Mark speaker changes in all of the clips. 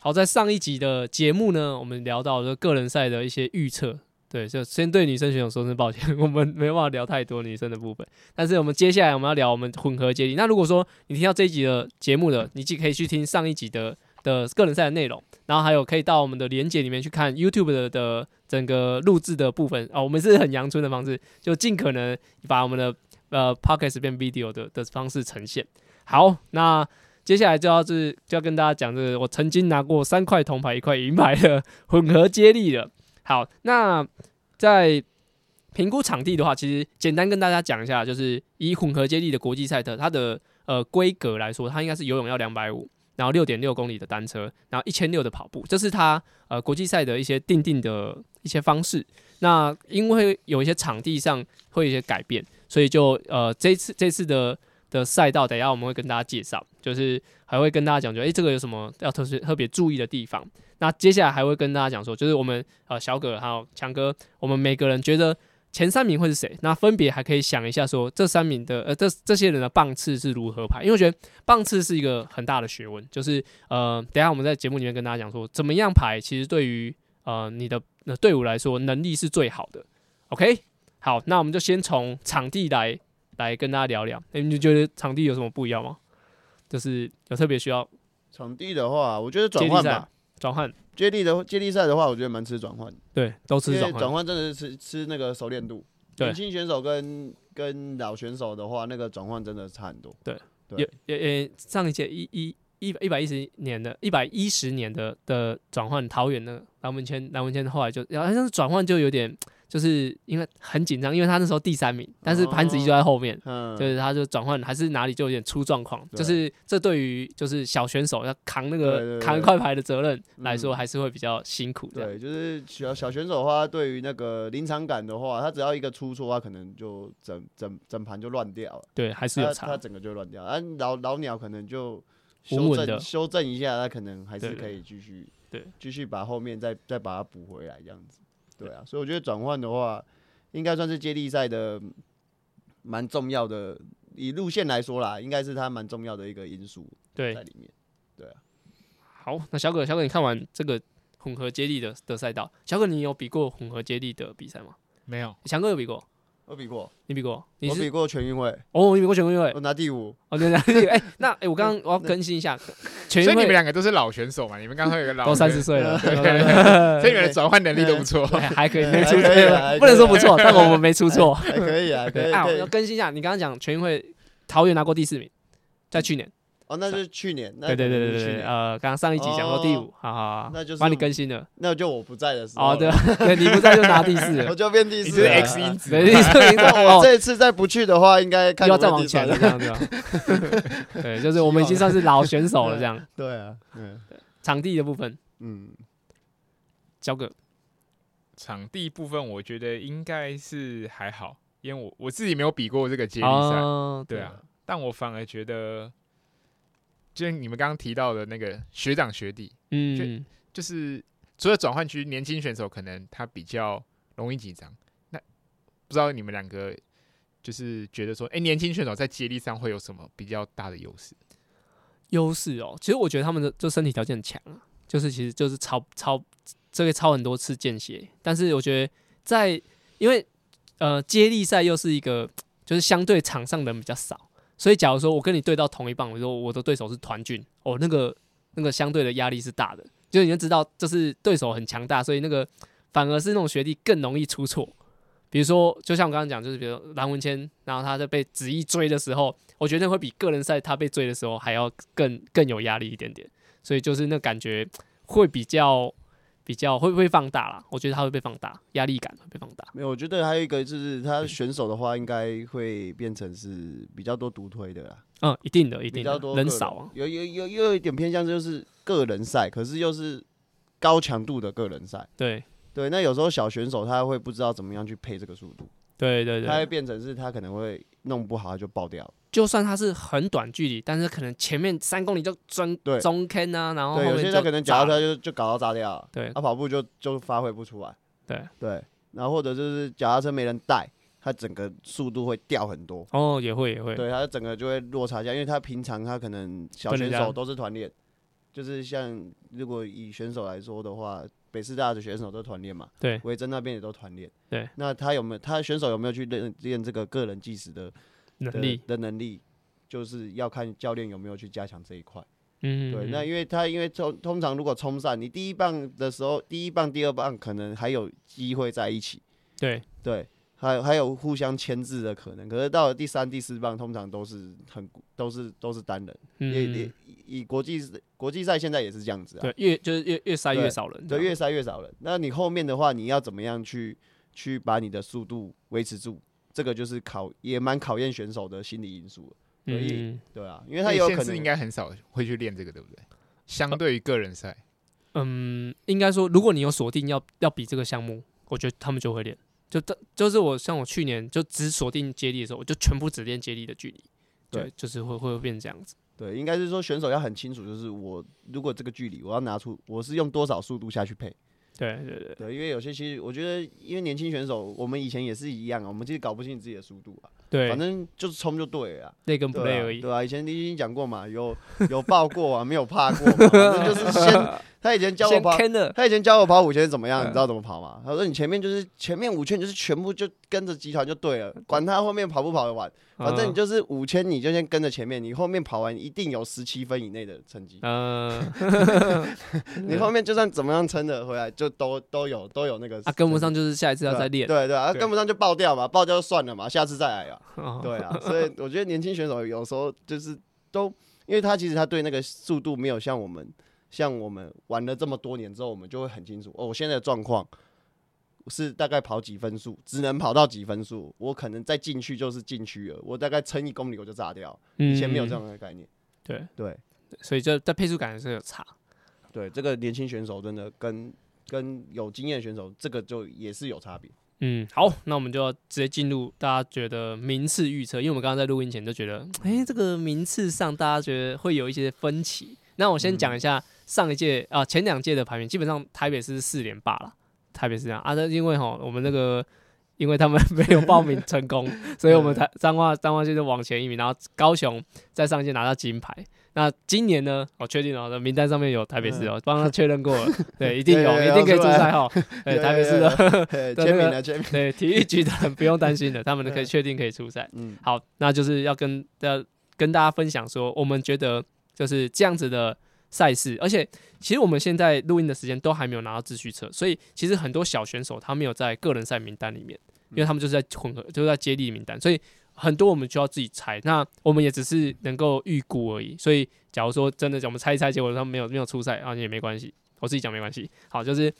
Speaker 1: 好，在上一集的节目呢，我们聊到这个人赛的一些预测。对，就先对女生选手说声抱歉，我 们没办法聊太多女生的部分。但是我们接下来我们要聊我们混合接力。那如果说你听到这一集的节目的，你既可以去听上一集的的个人赛的内容，然后还有可以到我们的连接里面去看 YouTube 的的整个录制的部分哦。我们是很阳春的方式，就尽可能把我们的呃 Podcast 变 Video 的的方式呈现。好，那接下来就要是就要跟大家讲这个我曾经拿过三块铜牌、一块银牌的混合接力了。好，那在评估场地的话，其实简单跟大家讲一下，就是以混合接力的国际赛特，它的呃规格来说，它应该是游泳要两百五，然后六点六公里的单车，然后一千六的跑步，这是它呃国际赛的一些定定的一些方式。那因为有一些场地上会有一些改变，所以就呃这次这次的的赛道，等一下我们会跟大家介绍，就是还会跟大家讲，就诶、这个有什么要特别特别注意的地方。那接下来还会跟大家讲说，就是我们呃小葛还有强哥，我们每个人觉得前三名会是谁？那分别还可以想一下说这三名的呃这这些人的棒次是如何排？因为我觉得棒次是一个很大的学问，就是呃等一下我们在节目里面跟大家讲说怎么样排，其实对于呃你的呃队伍来说能力是最好的。OK，好，那我们就先从场地来来跟大家聊聊。诶你觉得场地有什么不一样吗？就是有特别需要
Speaker 2: 场地的话，我觉得
Speaker 1: 接
Speaker 2: 转
Speaker 1: 力
Speaker 2: 换
Speaker 1: 赛
Speaker 2: 吧，
Speaker 1: 转换，
Speaker 2: 接力的接力赛的话，我觉得蛮吃转换，
Speaker 1: 对，都是
Speaker 2: 因为
Speaker 1: 转
Speaker 2: 转
Speaker 1: 换，
Speaker 2: 换真的是吃吃那个熟练度。
Speaker 1: 对
Speaker 2: 年轻选手跟跟老选手的话，那个转换真的差很多。对
Speaker 1: 也也也上一届一一一一百一十年的一百一十年的的转换，桃园的蓝文谦，蓝文谦后来就，然后但是转换就有点，就是因为很紧张，因为他那时候第三名，但是潘子怡就在后面，
Speaker 2: 哦嗯，
Speaker 1: 就是他就转换还是哪里就有点出状况，
Speaker 2: 对
Speaker 1: 就是这对于就是小选手要扛那
Speaker 2: 对对
Speaker 1: 个
Speaker 2: 对
Speaker 1: 扛快牌的责任来说，
Speaker 2: 嗯
Speaker 1: 还是会比较辛苦的。
Speaker 2: 对，就是小小选手的话，对于那个临场感的话，他只要一个出错，他可能就整整整盘就乱掉了，
Speaker 1: 对，还是
Speaker 2: 他
Speaker 1: 有
Speaker 2: 他
Speaker 1: 差。
Speaker 2: 整个就乱掉了。啊，老老鸟可能就
Speaker 1: 稳
Speaker 2: 修
Speaker 1: 稳的
Speaker 2: 正修正一下，他可能还是
Speaker 1: 对对
Speaker 2: 可以继续
Speaker 1: 对
Speaker 2: 继续把后面再再把它补回来这样子。对啊，所以我觉得转换的话，应该算是接力赛的蛮重要的，以路线来说啦，应该是它蛮重要的一个因素
Speaker 1: 对
Speaker 2: 在，里面。
Speaker 1: 好，那小葛，小葛，你看完这个混合接力的的赛道，小葛，你有比过混合接力的比赛吗？
Speaker 3: 没有，
Speaker 1: 强哥有比过，
Speaker 2: 我比过，
Speaker 1: 你比过，你
Speaker 2: 我
Speaker 1: 是
Speaker 2: 比过全运会，
Speaker 1: 哦，你比过全运会
Speaker 2: 我，拿第五。
Speaker 1: 哦，对对对，哎，那哎，我刚刚我要更新一下，全
Speaker 3: 所以
Speaker 1: 运
Speaker 3: 你们
Speaker 1: 会
Speaker 3: 两个都是老选手嘛，你们刚刚有个老
Speaker 1: 都三十嗯
Speaker 3: 人，
Speaker 1: 岁了，对
Speaker 3: 所以你们的转换能力都不错。
Speaker 1: 对 还可以没出
Speaker 2: 还可以啊还
Speaker 1: 错，
Speaker 2: 可以
Speaker 1: 不能说不错，但我们没出错。
Speaker 2: 还可以 啊，可以
Speaker 1: 啊，我
Speaker 2: 可以
Speaker 1: 要。更新一下，你刚刚讲全运会，桃园拿过第四名，在去年，
Speaker 2: 哦，那就是去年，那
Speaker 1: 对对
Speaker 2: 可能
Speaker 1: 对
Speaker 2: 是
Speaker 1: 对
Speaker 2: 去
Speaker 1: 对，
Speaker 2: 年
Speaker 1: 呃，刚刚上一集讲过第五
Speaker 2: 哦，
Speaker 1: 好好好，
Speaker 2: 那就是
Speaker 1: 帮你更新了，
Speaker 2: 那就我不在的时候，
Speaker 1: 哦，对， 对，你不在就拿第四了
Speaker 2: 我，就变第
Speaker 3: 你
Speaker 2: 四
Speaker 3: 是
Speaker 2: 了。
Speaker 3: X 因子，
Speaker 1: 对，你啊这名字
Speaker 2: 那
Speaker 1: 哦
Speaker 2: 我，这一次再不去的话，应该看
Speaker 1: 又要
Speaker 2: 你
Speaker 1: 再
Speaker 2: 会
Speaker 1: 往
Speaker 2: 第
Speaker 1: 前
Speaker 2: 三
Speaker 1: 了，这样子啊。对，就是我们已经算是老选手了，这样。
Speaker 2: 对啊，嗯
Speaker 1: 场地的部分，
Speaker 2: 嗯，
Speaker 1: 交给
Speaker 3: 场地部分我觉得应该是还好，因为我我自己没有比过这个接力赛，
Speaker 1: 哦，
Speaker 3: 对啊，但我反而觉得，就是你们刚刚提到的那个学长学弟，
Speaker 1: 嗯，
Speaker 3: 就是除了转换区，年轻选手可能他比较容易紧张。那不知道你们两个就是觉得说，哎、年轻选手在接力上会有什么比较大的优势？
Speaker 1: 优势哦。其实我觉得他们的就身体条件很强啊，就是其实就是超超这个超很多次间歇，但是我觉得在因为呃接力赛又是一个就是相对场上人比较少，所以假如说我跟你对到同一棒，我说我的对手是团俊，哦那个那个相对的压力是大的，就是你就知道就是对手很强大，所以那个反而是那种学弟更容易出错。比如说，就像我刚刚讲，就是比如说蓝文谦，然后他在被子毅追的时候，我觉得会比个人赛他被追的时候还要更更有压力一点点，所以就是那感觉会比较比较会不会放大啦？我觉得他会被放大，压力感会被放大。
Speaker 2: 没有，我觉得还有一个就是他选手的话，应该会变成是比较多独推的啦，
Speaker 1: 嗯，一定的，一
Speaker 2: 比
Speaker 1: 定
Speaker 2: 较
Speaker 1: 的
Speaker 2: 多，
Speaker 1: 人
Speaker 2: 个
Speaker 1: 少啊，
Speaker 2: 有有有又有一点偏向就是个人赛，可是又是高强度的个人赛，
Speaker 1: 对，
Speaker 2: 对，那有时候小选手他会不知道怎么样去配这个速度，
Speaker 1: 对对
Speaker 2: 他会
Speaker 1: 对，
Speaker 2: 变成是他可能会弄不好他就爆掉了。
Speaker 1: 就算他是很短距离，但是可能前面三公里就中
Speaker 2: 对
Speaker 1: 中坑啊，然后后
Speaker 2: 对，有
Speaker 1: 面
Speaker 2: 些
Speaker 1: 就
Speaker 2: 他可能脚踏
Speaker 1: 炸
Speaker 2: 车就就搞到炸掉了，
Speaker 1: 对
Speaker 2: 他跑步就就发挥不出来。
Speaker 1: 对
Speaker 2: 对，然后或者就是脚踏车没人带，他整个速度会掉很多。
Speaker 1: 哦也会也会，
Speaker 2: 对，他整个就会落差下，因为他平常他可能小
Speaker 1: 跟
Speaker 2: 选
Speaker 1: 人家
Speaker 2: 手都是团练，就是像如果以选手来说的话，北师大的选手都团练嘛，
Speaker 1: 对
Speaker 2: 维珍那边也都团练，
Speaker 1: 对。
Speaker 2: 那他有没有他选手有没有去练练这个个人计时的的
Speaker 1: 能力，
Speaker 2: 的能力？就是要看教练有没有去加强这一块。
Speaker 1: 嗯，
Speaker 2: 对，
Speaker 1: 嗯
Speaker 2: 那
Speaker 1: 嗯
Speaker 2: 因为他因为通通常如果冲散，你第一棒的时候，第一棒、第二棒可能还有机会在一起，
Speaker 1: 对
Speaker 2: 对，还有还有互相牵制的可能。可是到了第三、第四棒，通常都是很都是都是单人，也
Speaker 1: 嗯
Speaker 2: 也以国际国际赛现在也是这样子啊，
Speaker 1: 对越就是越越塞越
Speaker 2: 对
Speaker 1: 少人这
Speaker 2: 对，
Speaker 1: 样，
Speaker 2: 越塞越少人。那你后面的话，你要怎么样去去把你的速度维持住？这个就是考也蛮考验选手的心理因素的，所以
Speaker 1: 嗯
Speaker 2: 对啊，因为
Speaker 3: 因
Speaker 2: 他
Speaker 3: 为
Speaker 2: 有
Speaker 3: 县
Speaker 2: 可能
Speaker 3: 市
Speaker 2: 呃
Speaker 3: 应该很少会去练这个，对不对？相对于个人赛，
Speaker 1: 嗯，应该说，如果你有锁定要要比这个项目，我觉得他们就会练。就这就是我像我去年就只锁定接力的时候，我就全部只练接力的距离。
Speaker 2: 对
Speaker 1: 对，就是会会变这样子。
Speaker 2: 对，应该是说选手要很清楚，就是我如果这个距离我要拿出，我是用多少速度下去配。
Speaker 1: 对对对，
Speaker 2: 对，因为有些其实我觉得，因为年轻选手，我们以前也是一样啊，我们其实搞不清自己的速度啊，
Speaker 1: 对，
Speaker 2: 反正就是冲就对了啊。
Speaker 1: 累跟不
Speaker 2: 对
Speaker 1: 累
Speaker 2: 啊
Speaker 1: 而已。
Speaker 2: 对啊，以前你已经讲过嘛，有有爆过啊，没有怕过嘛，反正啊就 是先他以前教我
Speaker 1: 先嗯
Speaker 2: 跑，
Speaker 1: 坑了，
Speaker 2: 他以前教我跑五圈是怎么样，你知道怎么跑吗？他说你前面就是前面五圈就是全部就跟着集团就对了，管他后面跑不跑得完， 反
Speaker 1: 嗯哦
Speaker 2: 正你就是五圈你就先跟着前面，你后面跑完一定有十七分以内的成绩，
Speaker 1: 嗯，呃嗯
Speaker 2: 你后面就算怎么样撑的回来，就都都有都有那个
Speaker 1: 啊跟不上
Speaker 2: 成绩
Speaker 1: 就是下一次要再练。
Speaker 2: 对对啊，
Speaker 3: 对
Speaker 2: 跟不上就爆掉嘛，爆掉就算了嘛，下次再 来啊。
Speaker 1: 哦
Speaker 2: 对啊，所以我觉得年轻选手有时候就是都，因为他其实他对那个速度没有像我们，像我们玩了这么多年之后，我们就会很清楚哦，我现在的状况是大概跑几分数，只能跑到几分数，我可能再进去就是进去了，我大概撑一公里我就炸掉，以前没有这。
Speaker 1: 嗯
Speaker 2: 样的概念。
Speaker 1: 对，
Speaker 2: 对
Speaker 1: 所以就在配速感是有差。
Speaker 2: 对，这个年轻选手真的跟跟有经验的选手，这个就也是有差别。
Speaker 1: 嗯，好，那我们就要直接进入大家觉得名次预测，因为我们刚刚在录音前就觉得，哎、这个名次上大家觉得会有一些分歧。那我先讲一
Speaker 2: 嗯
Speaker 1: 下上一届啊、前两届的排名，基本上台北市是四连霸了，台北市这样啊，那因为哈我们那个。因为他们 没有报名成功，
Speaker 2: 嗯
Speaker 1: 所以我们台彰化彰化县就往前一名，然后高雄在上一届拿到金牌。那今年呢，我确定了，我的名单上面有台北市
Speaker 2: 嗯
Speaker 1: 哦，帮他确认过了， 对，一定
Speaker 2: 有
Speaker 1: 有，
Speaker 2: 有
Speaker 1: 一定可以
Speaker 2: 有
Speaker 1: 出
Speaker 2: 出来
Speaker 1: 赛 哦。对，
Speaker 2: 有
Speaker 1: 台北市
Speaker 2: 有
Speaker 1: 的
Speaker 2: 有嘿
Speaker 1: 对 啊
Speaker 2: 签
Speaker 1: 那
Speaker 2: 名
Speaker 1: 个
Speaker 2: 了，签名。
Speaker 1: 对，体育局的人不用担心的，他们可以确定可以出赛。
Speaker 2: 嗯，
Speaker 1: 好，那就是要跟要跟大家分享说，我们觉得就是这样子的赛事，而且其实我们现在录音的时间都还没有拿到秩序册，所以其实很多小选手他没有在个人赛名单里面，因为他们就是在混合，就是在接力名单，所以很多我们就要自己猜。那我们也只是能够预估而已，所以假如说真的我们猜一猜，结果他们没有没有出赛啊，也没关系，我自己讲没关系。好，就是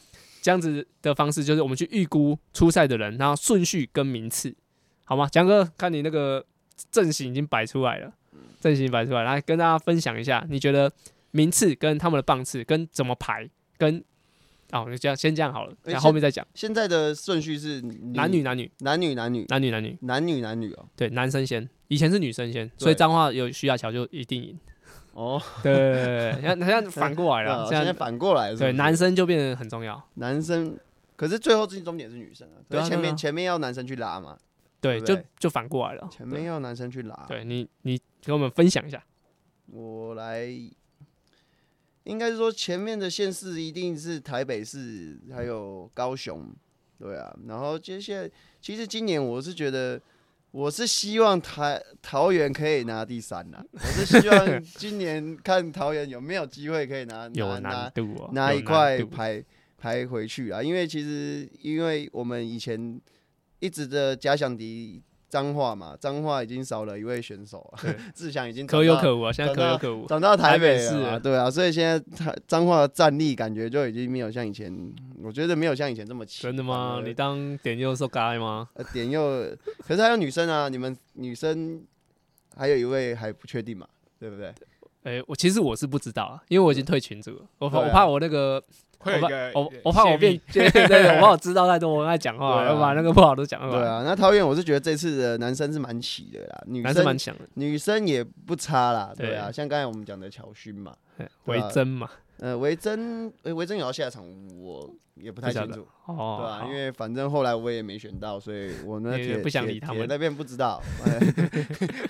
Speaker 1: 这样子的方式，就是我们去预估出赛的人，然后顺序跟名次，好吗？强哥，看你那个阵型已经摆出来了，阵型摆出来，来跟大家分享一下，你觉得名次跟他们的棒次跟怎么排，跟哦，就这样先这样好了，
Speaker 2: 诶
Speaker 1: 然后后面再讲。
Speaker 2: 现在的顺序是男
Speaker 1: 男女男女
Speaker 2: 男女男女
Speaker 1: 男女男女，
Speaker 2: 男女男女哦、
Speaker 1: 对，男生先，以前是女生先，所以
Speaker 2: 对
Speaker 1: 脏话有徐亚乔就一 定赢。
Speaker 2: 哦，
Speaker 1: 对对 对对，现在现在反过来
Speaker 2: 啊
Speaker 1: 了，
Speaker 2: 现
Speaker 1: 现
Speaker 2: 在
Speaker 1: 在
Speaker 2: 反过来是不
Speaker 1: 对
Speaker 2: 是
Speaker 1: 男生就变得很重要，
Speaker 2: 男生，可是最后最终点是女生啊，
Speaker 1: 对
Speaker 2: 可
Speaker 1: 啊
Speaker 2: 是前
Speaker 1: 对啊
Speaker 2: 面前面要男生去拉嘛，
Speaker 1: 对，
Speaker 2: 对不
Speaker 1: 就
Speaker 2: 对
Speaker 1: 就反过来了。
Speaker 2: 前面要男生去拉。啊
Speaker 1: 对，啊对你你给我们分享一下，
Speaker 2: 我来，应该是说前面的县市一定是台北市还有高雄，对啊，然后接下来其实今年我是觉得。我是希望台桃园可以拿第三 啦，我是希望今年看桃园有没有机会可以拿
Speaker 1: 有
Speaker 2: 拿拿
Speaker 1: 难度哦，
Speaker 2: 拿
Speaker 1: 有
Speaker 2: 啊一块
Speaker 1: 难度
Speaker 2: 排排回去啊，因为其实因为我们以前一直的假想敌脏话嘛，脏话已经少了一位选手啊
Speaker 1: 对，
Speaker 2: 志祥已经
Speaker 1: 可有
Speaker 2: 转到
Speaker 1: 可无啊，现在可有 可无。
Speaker 2: 转到台北
Speaker 1: 台北
Speaker 2: 了
Speaker 1: 市
Speaker 2: 嘛，
Speaker 1: 了
Speaker 2: 对啊，所以现在台彰化的战力感觉就已经没有像以前，我觉得没有像以前这么强。
Speaker 1: 真的吗？
Speaker 2: 反而
Speaker 1: 你当点右手该吗？
Speaker 2: 呃点又，可是还有女生啊，你们女生还有一位还不确定嘛，对不对？
Speaker 1: 哎，我其实我是不知道啊，因为我已经退群组了，我怕
Speaker 2: 对啊
Speaker 1: 我怕我那个
Speaker 3: 会有一
Speaker 1: 怕
Speaker 3: 个
Speaker 1: 我我怕我变， 对对对，我怕我知道太多，我爱讲话，
Speaker 2: 对啊
Speaker 1: 要把那个不好都讲出
Speaker 2: 对
Speaker 1: 来，
Speaker 2: 啊，那桃园我是觉得这次的男生是蛮齐的啦，女
Speaker 1: 男生蛮
Speaker 2: 生
Speaker 1: 强的，
Speaker 2: 女生也不差啦，
Speaker 1: 对
Speaker 2: 对啊，像刚才我们讲的乔勋嘛，
Speaker 1: 嘿
Speaker 2: 对
Speaker 1: 维
Speaker 2: 啊
Speaker 1: 珍嘛，
Speaker 2: 呃，维珍，呃维珍有要下场，我也不太
Speaker 1: 不晓
Speaker 2: 清
Speaker 1: 得
Speaker 2: 楚，
Speaker 1: 哦，
Speaker 2: 对啊，
Speaker 1: 好
Speaker 2: 因为反正后来我也没选到，所以我呢
Speaker 1: 也
Speaker 2: 铁
Speaker 1: 不想
Speaker 2: 铁
Speaker 1: 理他
Speaker 2: 铁
Speaker 1: 们
Speaker 2: 那边不 知道。哎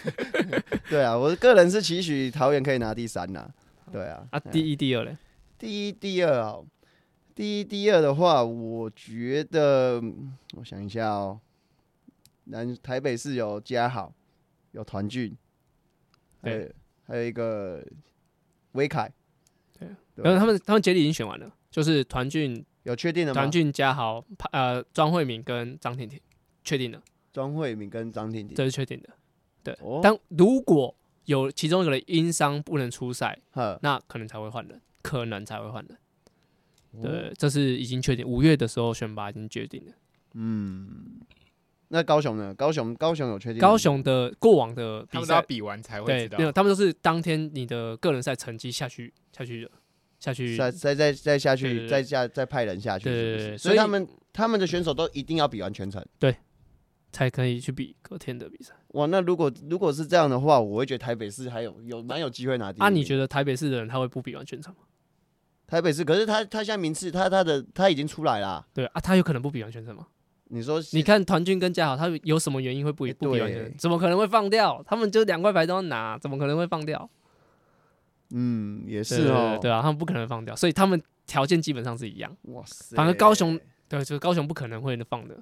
Speaker 2: 对啊，我个人是期许桃园可以拿第三呐。对啊，
Speaker 1: 啊
Speaker 2: 哎
Speaker 1: 第一第二嘞，
Speaker 2: 第一、第二哦，第一、第二的话，我觉得嗯我想一下哦，南台北市有嘉好，有团聚，还
Speaker 1: 对
Speaker 2: 有还有一个威凯，
Speaker 1: 对啊
Speaker 2: 对
Speaker 1: 然后他们他们结里已经选完了，就是团俊
Speaker 2: 有确定了吗
Speaker 1: 团？俊嘉豪潘呃庄慧敏跟张婷婷确定了，
Speaker 2: 庄慧敏跟张婷婷，
Speaker 1: 这是确定的。
Speaker 2: 哦，
Speaker 1: 但如果有其中一个人因伤不能出赛，
Speaker 2: 呵
Speaker 1: 那可能才会换人，可能才会换人。
Speaker 2: 哦
Speaker 1: 对，这是已经确定，五月的时候选拔已经决定了。
Speaker 2: 嗯，那高雄呢？高雄高雄有确定了吗？
Speaker 1: 高雄的过往的
Speaker 3: 他
Speaker 1: 比
Speaker 3: 们都要
Speaker 1: 赛，
Speaker 3: 比完才会
Speaker 1: 对，
Speaker 3: 知道
Speaker 1: 没。有，他们都是当天你的个人赛成绩下去下去的下去，
Speaker 2: 再再再再下
Speaker 1: 对
Speaker 2: 去，
Speaker 1: 对对
Speaker 2: 再下再派人下去，
Speaker 1: 对对
Speaker 2: 是不
Speaker 1: 对
Speaker 2: 是
Speaker 1: 对
Speaker 2: 所
Speaker 1: 所
Speaker 2: 以
Speaker 1: 以
Speaker 2: 他们他们的选手都一定要比完全程。
Speaker 1: 才可以去比隔天的比赛。
Speaker 2: 哇，那如果如果是这样的话，我会觉得台北市还有有蛮有机会拿第一名。
Speaker 1: 啊，你觉
Speaker 2: 得
Speaker 1: 得台北市的人他会不比完全场吗？
Speaker 2: 台北市？可是他他现在名次他他的他已经出来啦。
Speaker 1: 对啊，他有可能不比完全场吗？
Speaker 2: 你说是
Speaker 1: 你看团军跟嘉豪，他有什么原因会不比
Speaker 2: 欸
Speaker 1: 不比完
Speaker 2: 对
Speaker 1: 全场？怎么可能会放掉？他们就两块牌都要拿，怎么可能会放掉？
Speaker 2: 嗯，也
Speaker 1: 对
Speaker 2: 是
Speaker 1: 对
Speaker 2: 哦
Speaker 1: 对。对啊，他们不可能放掉，所以他们条件基本上是一样。
Speaker 2: 哇塞，
Speaker 1: 反而高雄对，就是高雄不可能会放的。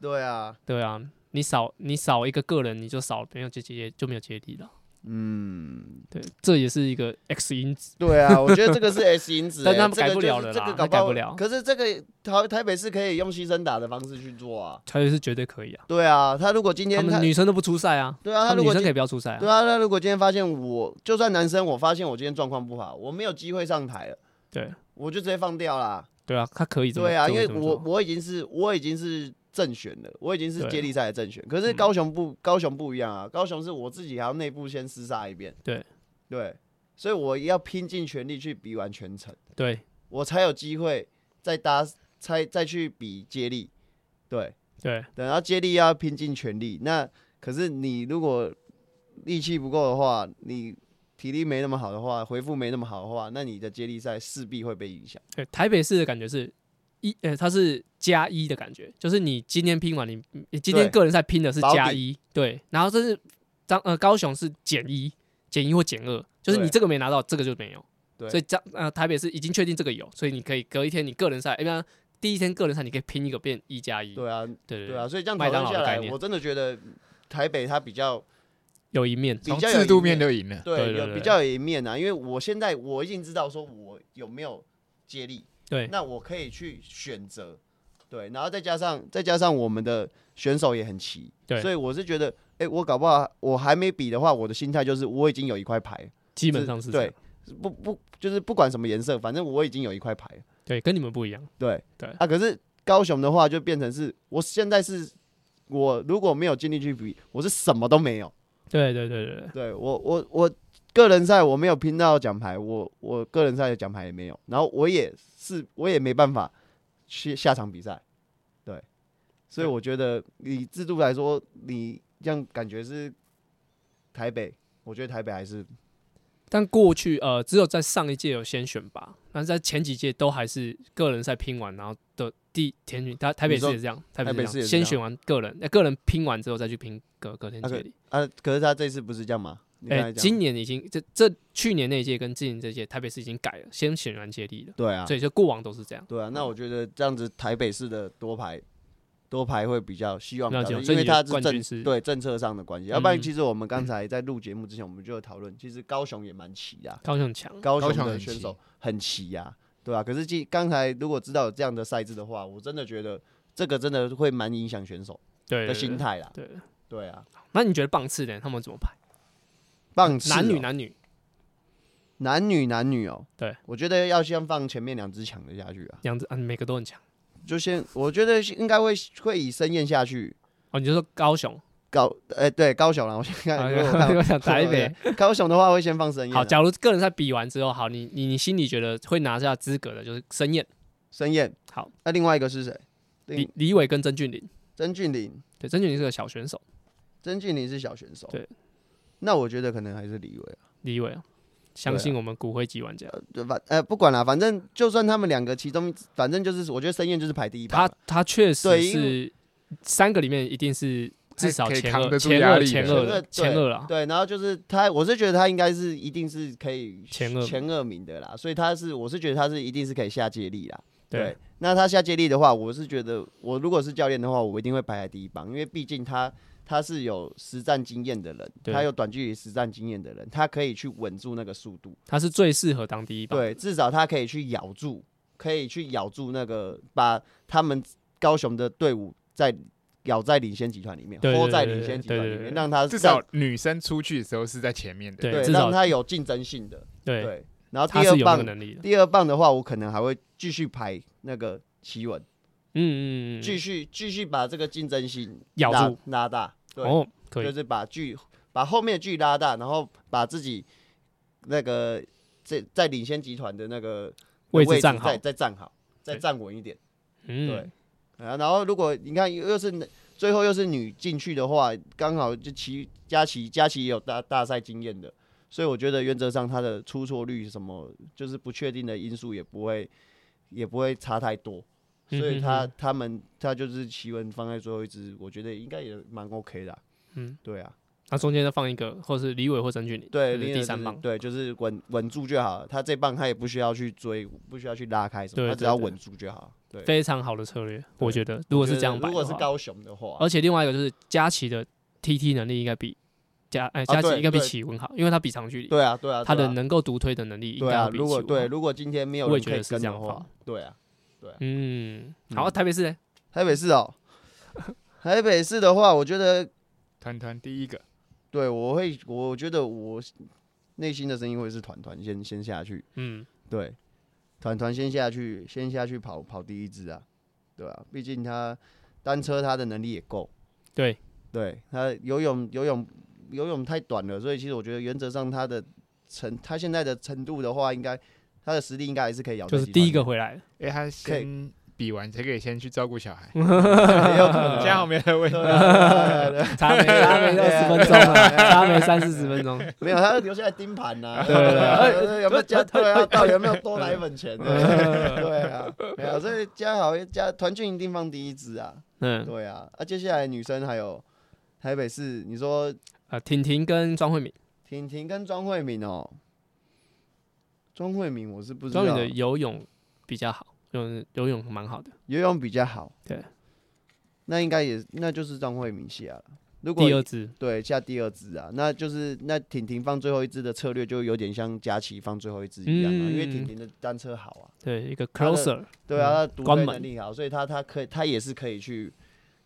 Speaker 2: 对啊，
Speaker 1: 对啊，你少你少一个个人，你就少没有接接就没有接力了。
Speaker 2: 嗯，
Speaker 1: 对，这也是一个 X 因子。
Speaker 2: 对啊， 我觉得这个是 S 因子欸，
Speaker 1: 但他们
Speaker 2: 这个
Speaker 1: 改不
Speaker 2: 就是
Speaker 1: 了了啦
Speaker 2: 这个搞
Speaker 1: 他改
Speaker 2: 好
Speaker 1: 不了
Speaker 2: 可是这个台台北市可以用牺牲打的方式去做啊。
Speaker 1: 台北是绝对可以啊，
Speaker 2: 对啊，他如果今
Speaker 1: 他
Speaker 2: 天他
Speaker 1: 们女生都不出赛啊，
Speaker 2: 对啊，
Speaker 1: 他
Speaker 2: 他
Speaker 1: 们
Speaker 2: 如
Speaker 1: 女
Speaker 2: 果
Speaker 1: 生
Speaker 2: 今
Speaker 1: 可以不要出赛
Speaker 2: 对
Speaker 1: 啊。
Speaker 2: 啊，他如果今天发现我就算男生，我发现我今天状况不好，我没有机会上台了，
Speaker 1: 对
Speaker 2: 我就直接放掉啦。
Speaker 1: 对啊，他可以这么
Speaker 2: 对啊，
Speaker 1: 这
Speaker 2: 因
Speaker 1: 么
Speaker 2: 为
Speaker 1: 这么
Speaker 2: 我
Speaker 1: 做
Speaker 2: 我已经是我已经是正选了，我已经是
Speaker 1: 对
Speaker 2: 接力赛的正选。可是
Speaker 1: 嗯
Speaker 2: 高雄不、高雄不一样啊，高雄是我自己还要内部先厮杀一遍。
Speaker 1: 对
Speaker 2: 对，所以我要拼尽全力去比完全程，
Speaker 1: 对
Speaker 2: 我才有机会再搭才再去比接力。对，
Speaker 1: 对
Speaker 2: 等到接力要拼尽全力。那可是你如果力气不够的话，你体力没那么好的话，回复没那么好的话，那你的接力赛势必会被影响。
Speaker 1: 对，台北市的感觉是一呃，它是加一的感觉，就是你今天拼完你你今天
Speaker 2: 对
Speaker 1: 个人赛拼的是
Speaker 2: 保
Speaker 1: 加
Speaker 2: 底
Speaker 1: 一，对，然后这是张呃高雄是减一减一或减二，就是你
Speaker 2: 对
Speaker 1: 这个没拿到，这个就没有。
Speaker 2: 对
Speaker 1: 所以张呃台北市已经确定这个有，所以你可以隔一天你个人赛，一般第一天个人赛你可以拼一个变一加一，对
Speaker 2: 对啊，
Speaker 1: 嗯对
Speaker 2: 对啊，，所以这样
Speaker 1: 麦
Speaker 2: 讨
Speaker 1: 当
Speaker 2: 论
Speaker 1: 劳的
Speaker 2: 下
Speaker 1: 概
Speaker 2: 来，
Speaker 1: 念
Speaker 2: 我真的觉得台北它比较
Speaker 1: 有一面
Speaker 2: 比
Speaker 3: 从
Speaker 2: 较有
Speaker 3: 制度
Speaker 2: 赢面
Speaker 3: 面就赢了，
Speaker 2: 对
Speaker 1: 对对
Speaker 2: 有
Speaker 1: 对
Speaker 2: 比较有一面啊，因为我现在我已经知道说我有没有接力，
Speaker 1: 对
Speaker 2: 那我可以去选择，对，然后再加上再加上我们的选手也很齐，
Speaker 1: 对
Speaker 2: 所以我是觉得，哎、我搞不好我还没比的话，我的心态就是我已经有一块牌，
Speaker 1: 基本上是这样
Speaker 2: 对，不不就是不管什么颜色，反正我已经有一块牌，
Speaker 1: 对，跟你们不一样，
Speaker 2: 对
Speaker 1: 对
Speaker 2: 啊，可是高雄的话就变成是我现在是。我如果没有尽力去比，我是什么都没有。
Speaker 1: 对对对对对，
Speaker 2: 对我我我个人赛我没有拼到奖牌，我我个人赛的奖牌也没有，然后我也是我也没办法去下场比赛，对，所以我觉得以制度来说，你这样感觉是台北，我觉得台北还是
Speaker 1: 但过去呃，只有在上一届有先选拔，但是在前几届都还是个人赛拼完，然后的第田选，台台北市也是这样，台北
Speaker 2: 台北
Speaker 1: 市
Speaker 2: 市
Speaker 1: 也
Speaker 2: 也
Speaker 1: 是
Speaker 2: 是
Speaker 1: 这样先
Speaker 2: 这样
Speaker 1: 选完个人，那、呃个人拼完之后再去拼隔隔天接力。
Speaker 2: 啊，可是他这次不是这样吗？你
Speaker 1: 哎、
Speaker 2: 刚才讲
Speaker 1: 今年已经这这去年那一届跟今年这一届台北市已经改了，先选完接力了，
Speaker 2: 对啊
Speaker 1: 所，以就过往都是这嗯样。
Speaker 2: 对啊，那我觉得这样子台北市的多排。多排会比较希望比
Speaker 1: 了
Speaker 2: 较
Speaker 1: 解
Speaker 2: 多，
Speaker 1: 所以
Speaker 2: 因为
Speaker 1: 你的
Speaker 2: 它是
Speaker 1: 冠军
Speaker 2: 政
Speaker 1: 是
Speaker 2: 对政策上的关系，要不然
Speaker 1: 嗯
Speaker 2: 其实我们刚才在录节目之前，我们就有讨论，其实高雄也蛮齐的啊、
Speaker 1: 高雄很强，
Speaker 2: 高
Speaker 3: 雄
Speaker 2: 雄
Speaker 3: 很
Speaker 2: 的选
Speaker 3: 齐
Speaker 2: 手很齐呀、对吧、啊可是既刚才如果知道有这样的赛制的话，我真的觉得这个真的会蛮影响选手
Speaker 1: 对
Speaker 2: 的心。态啦。
Speaker 1: 对对，对
Speaker 2: 对啊，
Speaker 1: 那你觉得棒次呢？他们怎么排？
Speaker 2: 棒次
Speaker 1: 男女
Speaker 2: 哦
Speaker 1: 男女，
Speaker 2: 男女男女哦，
Speaker 1: 对，
Speaker 2: 我觉得要先放前面两支强的下去啊，
Speaker 1: 两子啊，每个都很强。
Speaker 2: 就先我觉得应该会会以深燕下去。
Speaker 1: 哦，你就说高雄，
Speaker 2: 高，哎、对，高雄啦，我先
Speaker 1: 啊
Speaker 2: 看，如 果哎我看
Speaker 1: 我想台北，
Speaker 2: 高雄的话会先放深燕、啊。
Speaker 1: 好，假如个人赛比完之后，好，你你你心里觉得会拿下资格的，就是申燕，
Speaker 2: 申燕。
Speaker 1: 好，
Speaker 2: 那另外一个是谁？
Speaker 1: 李
Speaker 2: 另
Speaker 1: 李伟跟曾俊林，
Speaker 2: 曾俊林，
Speaker 1: 对，曾俊林是个小选手，
Speaker 2: 曾俊林是小选手。
Speaker 1: 对，
Speaker 2: 那我觉得可能还是李伟啊。
Speaker 1: 李伟啊，相信我们骨灰级玩家，
Speaker 2: 对反呃不管了，反正就算他们两个其中，反正就是我觉得申燕就是排第一吧
Speaker 1: 他。他确实
Speaker 2: 对因
Speaker 1: 是三个里面一定是至少
Speaker 3: 还可以
Speaker 1: 前
Speaker 3: 扛
Speaker 1: 二、
Speaker 3: 得住
Speaker 1: 前
Speaker 3: 压
Speaker 1: 二、
Speaker 3: 力
Speaker 1: 前
Speaker 3: 的
Speaker 1: 二
Speaker 2: 前二
Speaker 1: 的
Speaker 2: 对
Speaker 1: 前二啦，
Speaker 2: 对，然后就是他，我是觉得他应该是一定是可以
Speaker 1: 前二
Speaker 2: 前二名的啦，所以他是我是觉得他是一定是可以下接力啦。
Speaker 1: 对，
Speaker 2: 那他下接力的话，我是觉得我如果是教练的话，我一定会排在第一棒，因为毕竟他他是有实战经验的人，
Speaker 1: 对
Speaker 2: 他有短距离实战经验的人，他可以去稳住那个速度，
Speaker 1: 他是最适合当第一棒，
Speaker 2: 对，至少他可以去咬住，可以去咬住那个把他们高雄的队伍在咬在领先集团里面，
Speaker 1: 对对
Speaker 2: 拖在
Speaker 1: 对
Speaker 2: 领
Speaker 1: 对
Speaker 2: 先集
Speaker 1: 对
Speaker 2: 团
Speaker 1: 对
Speaker 2: 里
Speaker 1: 对
Speaker 2: 面，
Speaker 1: 对
Speaker 2: 让他
Speaker 3: 至少女生出去的时候是在前面的。
Speaker 1: 对
Speaker 2: 对
Speaker 1: 至少
Speaker 2: 让他有竞争性的。
Speaker 1: 对，
Speaker 2: 对，然后
Speaker 1: 他
Speaker 2: 第
Speaker 1: 是
Speaker 2: 二
Speaker 1: 有那个
Speaker 2: 棒，
Speaker 1: 能力的，
Speaker 2: 第二棒的话，我可能还会继续排那个奇文，
Speaker 1: 嗯嗯嗯
Speaker 2: 继
Speaker 1: 嗯，
Speaker 2: 续继续把这个竞争性
Speaker 1: 咬
Speaker 2: 拉
Speaker 1: 住
Speaker 2: 拉大，对，
Speaker 1: 哦，可
Speaker 2: 就
Speaker 1: 以，
Speaker 2: 是把距把后面的距拉大，然后把自己那个在在领先集团的那个
Speaker 1: 位
Speaker 2: 位
Speaker 1: 置站好
Speaker 2: 再再站好，再
Speaker 1: 对
Speaker 2: 站稳一点，对
Speaker 1: 嗯，。
Speaker 2: 啊，然后如果你看又又是男最后又是女进去的话，刚好就齐佳琪佳琪也有大大赛经验的，所以我觉得原则上她的出错率什么就是不确定的因素也不会也不会差太多，所以她
Speaker 1: 嗯哼哼
Speaker 2: 他们她就是奇文放在最后一支，我觉得应该也蛮 OK 的啊、
Speaker 1: 嗯，
Speaker 2: 对啊，
Speaker 1: 那中间再放一个，或是李伟或曾俊林，
Speaker 2: 对，
Speaker 1: 就是
Speaker 2: 另
Speaker 1: 第
Speaker 2: 外
Speaker 1: 三
Speaker 2: 就是
Speaker 1: 棒，
Speaker 2: 对，就是稳稳住就好了。他这棒他也不需要去追，不需要去拉开什
Speaker 1: 对
Speaker 2: 么，他
Speaker 1: 对
Speaker 2: 只要
Speaker 1: 对
Speaker 2: 稳住就好。对，
Speaker 1: 非常好的策略，我觉得，如
Speaker 2: 如
Speaker 1: 果是这样摆，
Speaker 2: 如果是，高雄的话，
Speaker 1: 而且另外一个就是佳琪的 TT 能力应该比佳哎佳琪
Speaker 2: 啊对
Speaker 1: 应该比
Speaker 2: 对
Speaker 1: 启文好，因为他比长距离，
Speaker 2: 对啊，对啊，
Speaker 1: 他
Speaker 2: 对
Speaker 1: 的
Speaker 2: 啊
Speaker 1: 能够独推的能力应
Speaker 2: 对
Speaker 1: 该
Speaker 2: 啊
Speaker 1: 要，比
Speaker 2: 如果
Speaker 1: 启文
Speaker 2: 对，
Speaker 1: 好，
Speaker 2: 如果今天没有
Speaker 1: 我也
Speaker 2: 人
Speaker 1: 觉
Speaker 2: 可以
Speaker 1: 得是
Speaker 2: 跟
Speaker 1: 这
Speaker 2: 的
Speaker 1: 样
Speaker 2: 话
Speaker 1: 放，
Speaker 2: 对啊，
Speaker 1: 嗯，好，
Speaker 2: 嗯
Speaker 1: 台北市呢？
Speaker 2: 台北市哦，台北市的话，我觉得
Speaker 3: 团团第一个，
Speaker 2: 对我会，我觉得我内心的声音会是团团先先下去，
Speaker 1: 嗯，
Speaker 2: 对，团团先下去，先下去跑跑第一支啊，对啊，毕竟他单车他的能力也够，
Speaker 1: 对，
Speaker 2: 对他游泳游泳游泳太短了，所以其实我觉得原则上他的程他现在的程度的话，应该他的实力应该还是可以咬在
Speaker 1: 就是
Speaker 2: 集
Speaker 1: 第一
Speaker 2: 团
Speaker 1: 个回来了，
Speaker 3: 哎、他先比完才可以先去照顾小孩，
Speaker 2: 里，也有可能啊
Speaker 3: 这样我没有问题。
Speaker 2: 对啊对啊对啊
Speaker 1: 差没差没二十分钟啊，差没三四十分钟，
Speaker 2: 没有，他要留下来盯盘呐、
Speaker 1: 对对对
Speaker 2: 有没有加对啊？到底有没有多奶粉钱呢？对啊，没有，所以加好加团俊一定放第一支啊，
Speaker 1: 嗯，
Speaker 2: 对啊。啊，接下来女生还有台北市，你说
Speaker 1: 呃，婷婷跟庄慧敏，
Speaker 2: 婷婷跟庄慧敏哦，庄慧敏我是不知道
Speaker 1: 庄慧，敏的游泳比较好，游游泳蛮好的，
Speaker 2: 游泳比较好，
Speaker 1: 对，
Speaker 2: 那应该也那就是庄慧敏下了。如果
Speaker 1: 第二支，
Speaker 2: 对下第二支啊，那就是那婷婷放最后一支的策略就有点像佳琪放最后一支一样啊，因为婷
Speaker 1: 嗯
Speaker 2: 婷的单车好啊。
Speaker 1: 对，一个
Speaker 2: 他的
Speaker 1: closer，
Speaker 2: 对啊，他独
Speaker 1: 关
Speaker 2: 立
Speaker 1: 门
Speaker 2: 能力好，所以他他可以他也是可以去，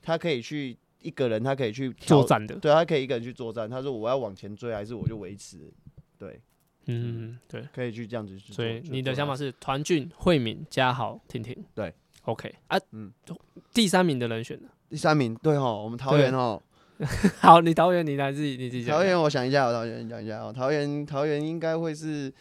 Speaker 2: 他可以去一个人，他可以去挑
Speaker 1: 作，战的，
Speaker 2: 对，他可以一个人去作战。他说我要往前追，还是我就维持？对，
Speaker 1: 嗯，对。
Speaker 2: 可以去这样子去做。
Speaker 1: 所以
Speaker 2: 去
Speaker 1: 你的
Speaker 2: 做
Speaker 1: 想
Speaker 2: 他
Speaker 1: 法是团俊、慧敏、嘉豪、婷婷，
Speaker 2: 对
Speaker 1: ，OK 啊，嗯
Speaker 2: 嗯，
Speaker 1: 第三名的人选呢？
Speaker 2: 第三名，对哦，我们桃园哦，
Speaker 1: 好，你桃园，你来自己你自己讲
Speaker 2: 桃园，我想一下哦，桃园你讲一下哦，桃园桃园应该会是，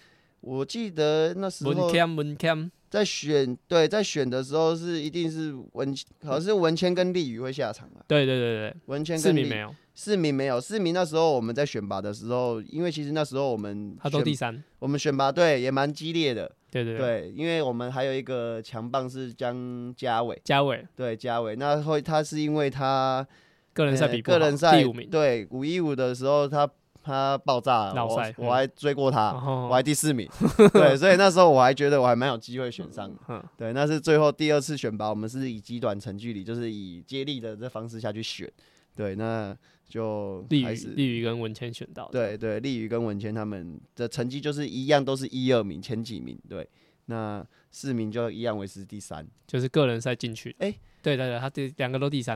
Speaker 2: 我记得那时
Speaker 1: 文
Speaker 2: 候
Speaker 1: cam 文 cam，
Speaker 2: 在选，对，在选的时候是一定是文，好像是文谦跟立宇会下场啊，
Speaker 1: 对对对
Speaker 2: 文
Speaker 1: 对，
Speaker 2: 谦
Speaker 1: 四
Speaker 2: 跟
Speaker 1: 名
Speaker 2: 立
Speaker 1: 没有，
Speaker 2: 市民没有，市民那时候我们在选拔的时候，因为其实那时候我们
Speaker 1: 他都第
Speaker 2: 选
Speaker 1: 三，
Speaker 2: 我们选拔队也蛮激烈的，
Speaker 1: 对对，
Speaker 2: 对，因为我们还有一个强棒是江家伟，
Speaker 1: 嘉伟
Speaker 2: 对嘉伟，那后他是因为他
Speaker 1: 个人赛
Speaker 2: 呃
Speaker 1: 比不
Speaker 2: 个
Speaker 1: 好
Speaker 2: 人赛
Speaker 1: 第五名，
Speaker 2: 对五一五的时候他他爆炸了，
Speaker 1: 闹
Speaker 2: 我
Speaker 1: 赛嗯
Speaker 2: 我还追过他，
Speaker 1: 然后
Speaker 2: 我还第四名，对，所以那时候我还觉得我还蛮有机会选上的，
Speaker 1: 嗯
Speaker 2: 对，那是最后第二次选拔，我们是以极短程距离，就是以接力的这方式下去选，对，那就
Speaker 1: 立宇
Speaker 2: 还是
Speaker 1: 立宇跟文谦选到，，
Speaker 2: 对对，立宇跟文谦他们的成绩就是一样，都是一二名前几名。对，那四名就一样维持第三，
Speaker 1: 就是个人赛进去，
Speaker 2: 哎，
Speaker 1: 对对对，他第两个都第三，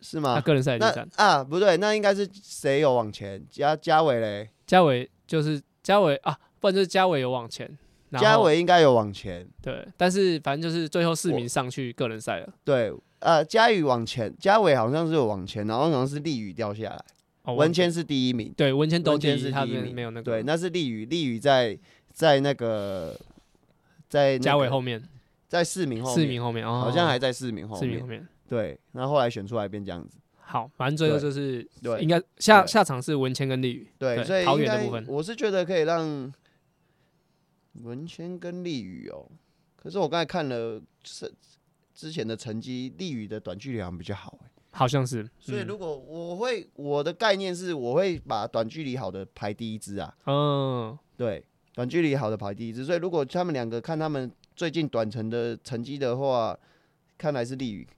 Speaker 2: 是
Speaker 1: 他
Speaker 2: 吗？
Speaker 1: 个人赛第
Speaker 2: 那
Speaker 1: 三，
Speaker 2: 啊，不对，那应该是谁有往前？嘉嘉伟嘞，
Speaker 1: 嘉伟就是嘉伟啊，不然就是嘉伟有往前，然后
Speaker 2: 嘉伟应该有往前。
Speaker 1: 对，但是反正就是最后四名上去个人赛了。
Speaker 2: 对，呃，嘉宇往前，嘉伟好像是有往前，然后好像是立宇掉下来，
Speaker 1: 哦
Speaker 2: 文谦是第一名。
Speaker 1: 对文谦都
Speaker 2: 文
Speaker 1: 第
Speaker 2: 谦
Speaker 1: 一，
Speaker 2: 是
Speaker 1: 他
Speaker 2: 第一
Speaker 1: 们
Speaker 2: 名
Speaker 1: 没有那个
Speaker 2: 对，那是立宇，立宇在在那个在那
Speaker 1: 嘉伟
Speaker 2: 个
Speaker 1: 后面，
Speaker 2: 在四名后
Speaker 1: 四
Speaker 2: 面，
Speaker 1: 名后面哦，
Speaker 2: 好像还在四名后
Speaker 1: 四名
Speaker 2: 面
Speaker 1: 后。面。
Speaker 2: 对，那后来选出来变这样子。
Speaker 1: 好，反正最后
Speaker 2: 对
Speaker 1: 就是
Speaker 2: 对
Speaker 1: 应该下
Speaker 2: 对
Speaker 1: 下场是文谦跟立宇，
Speaker 2: 对，
Speaker 1: 对
Speaker 2: 所以
Speaker 1: 桃
Speaker 2: 应
Speaker 1: 园的
Speaker 2: 该
Speaker 1: 部分
Speaker 2: 我是觉得可以让文谦跟立宇哦。可是我刚才看了是之前的成绩，立宇的短距离好像比较好欸、
Speaker 1: 好像是。
Speaker 2: 所以
Speaker 1: 嗯
Speaker 2: 如果我会我的概念是，我会把短距离好的排第一支啊。
Speaker 1: 嗯，
Speaker 2: 对，短距离好的排第一支。所以如果他们两个看他们最近短程的成绩的话，看来是利宇，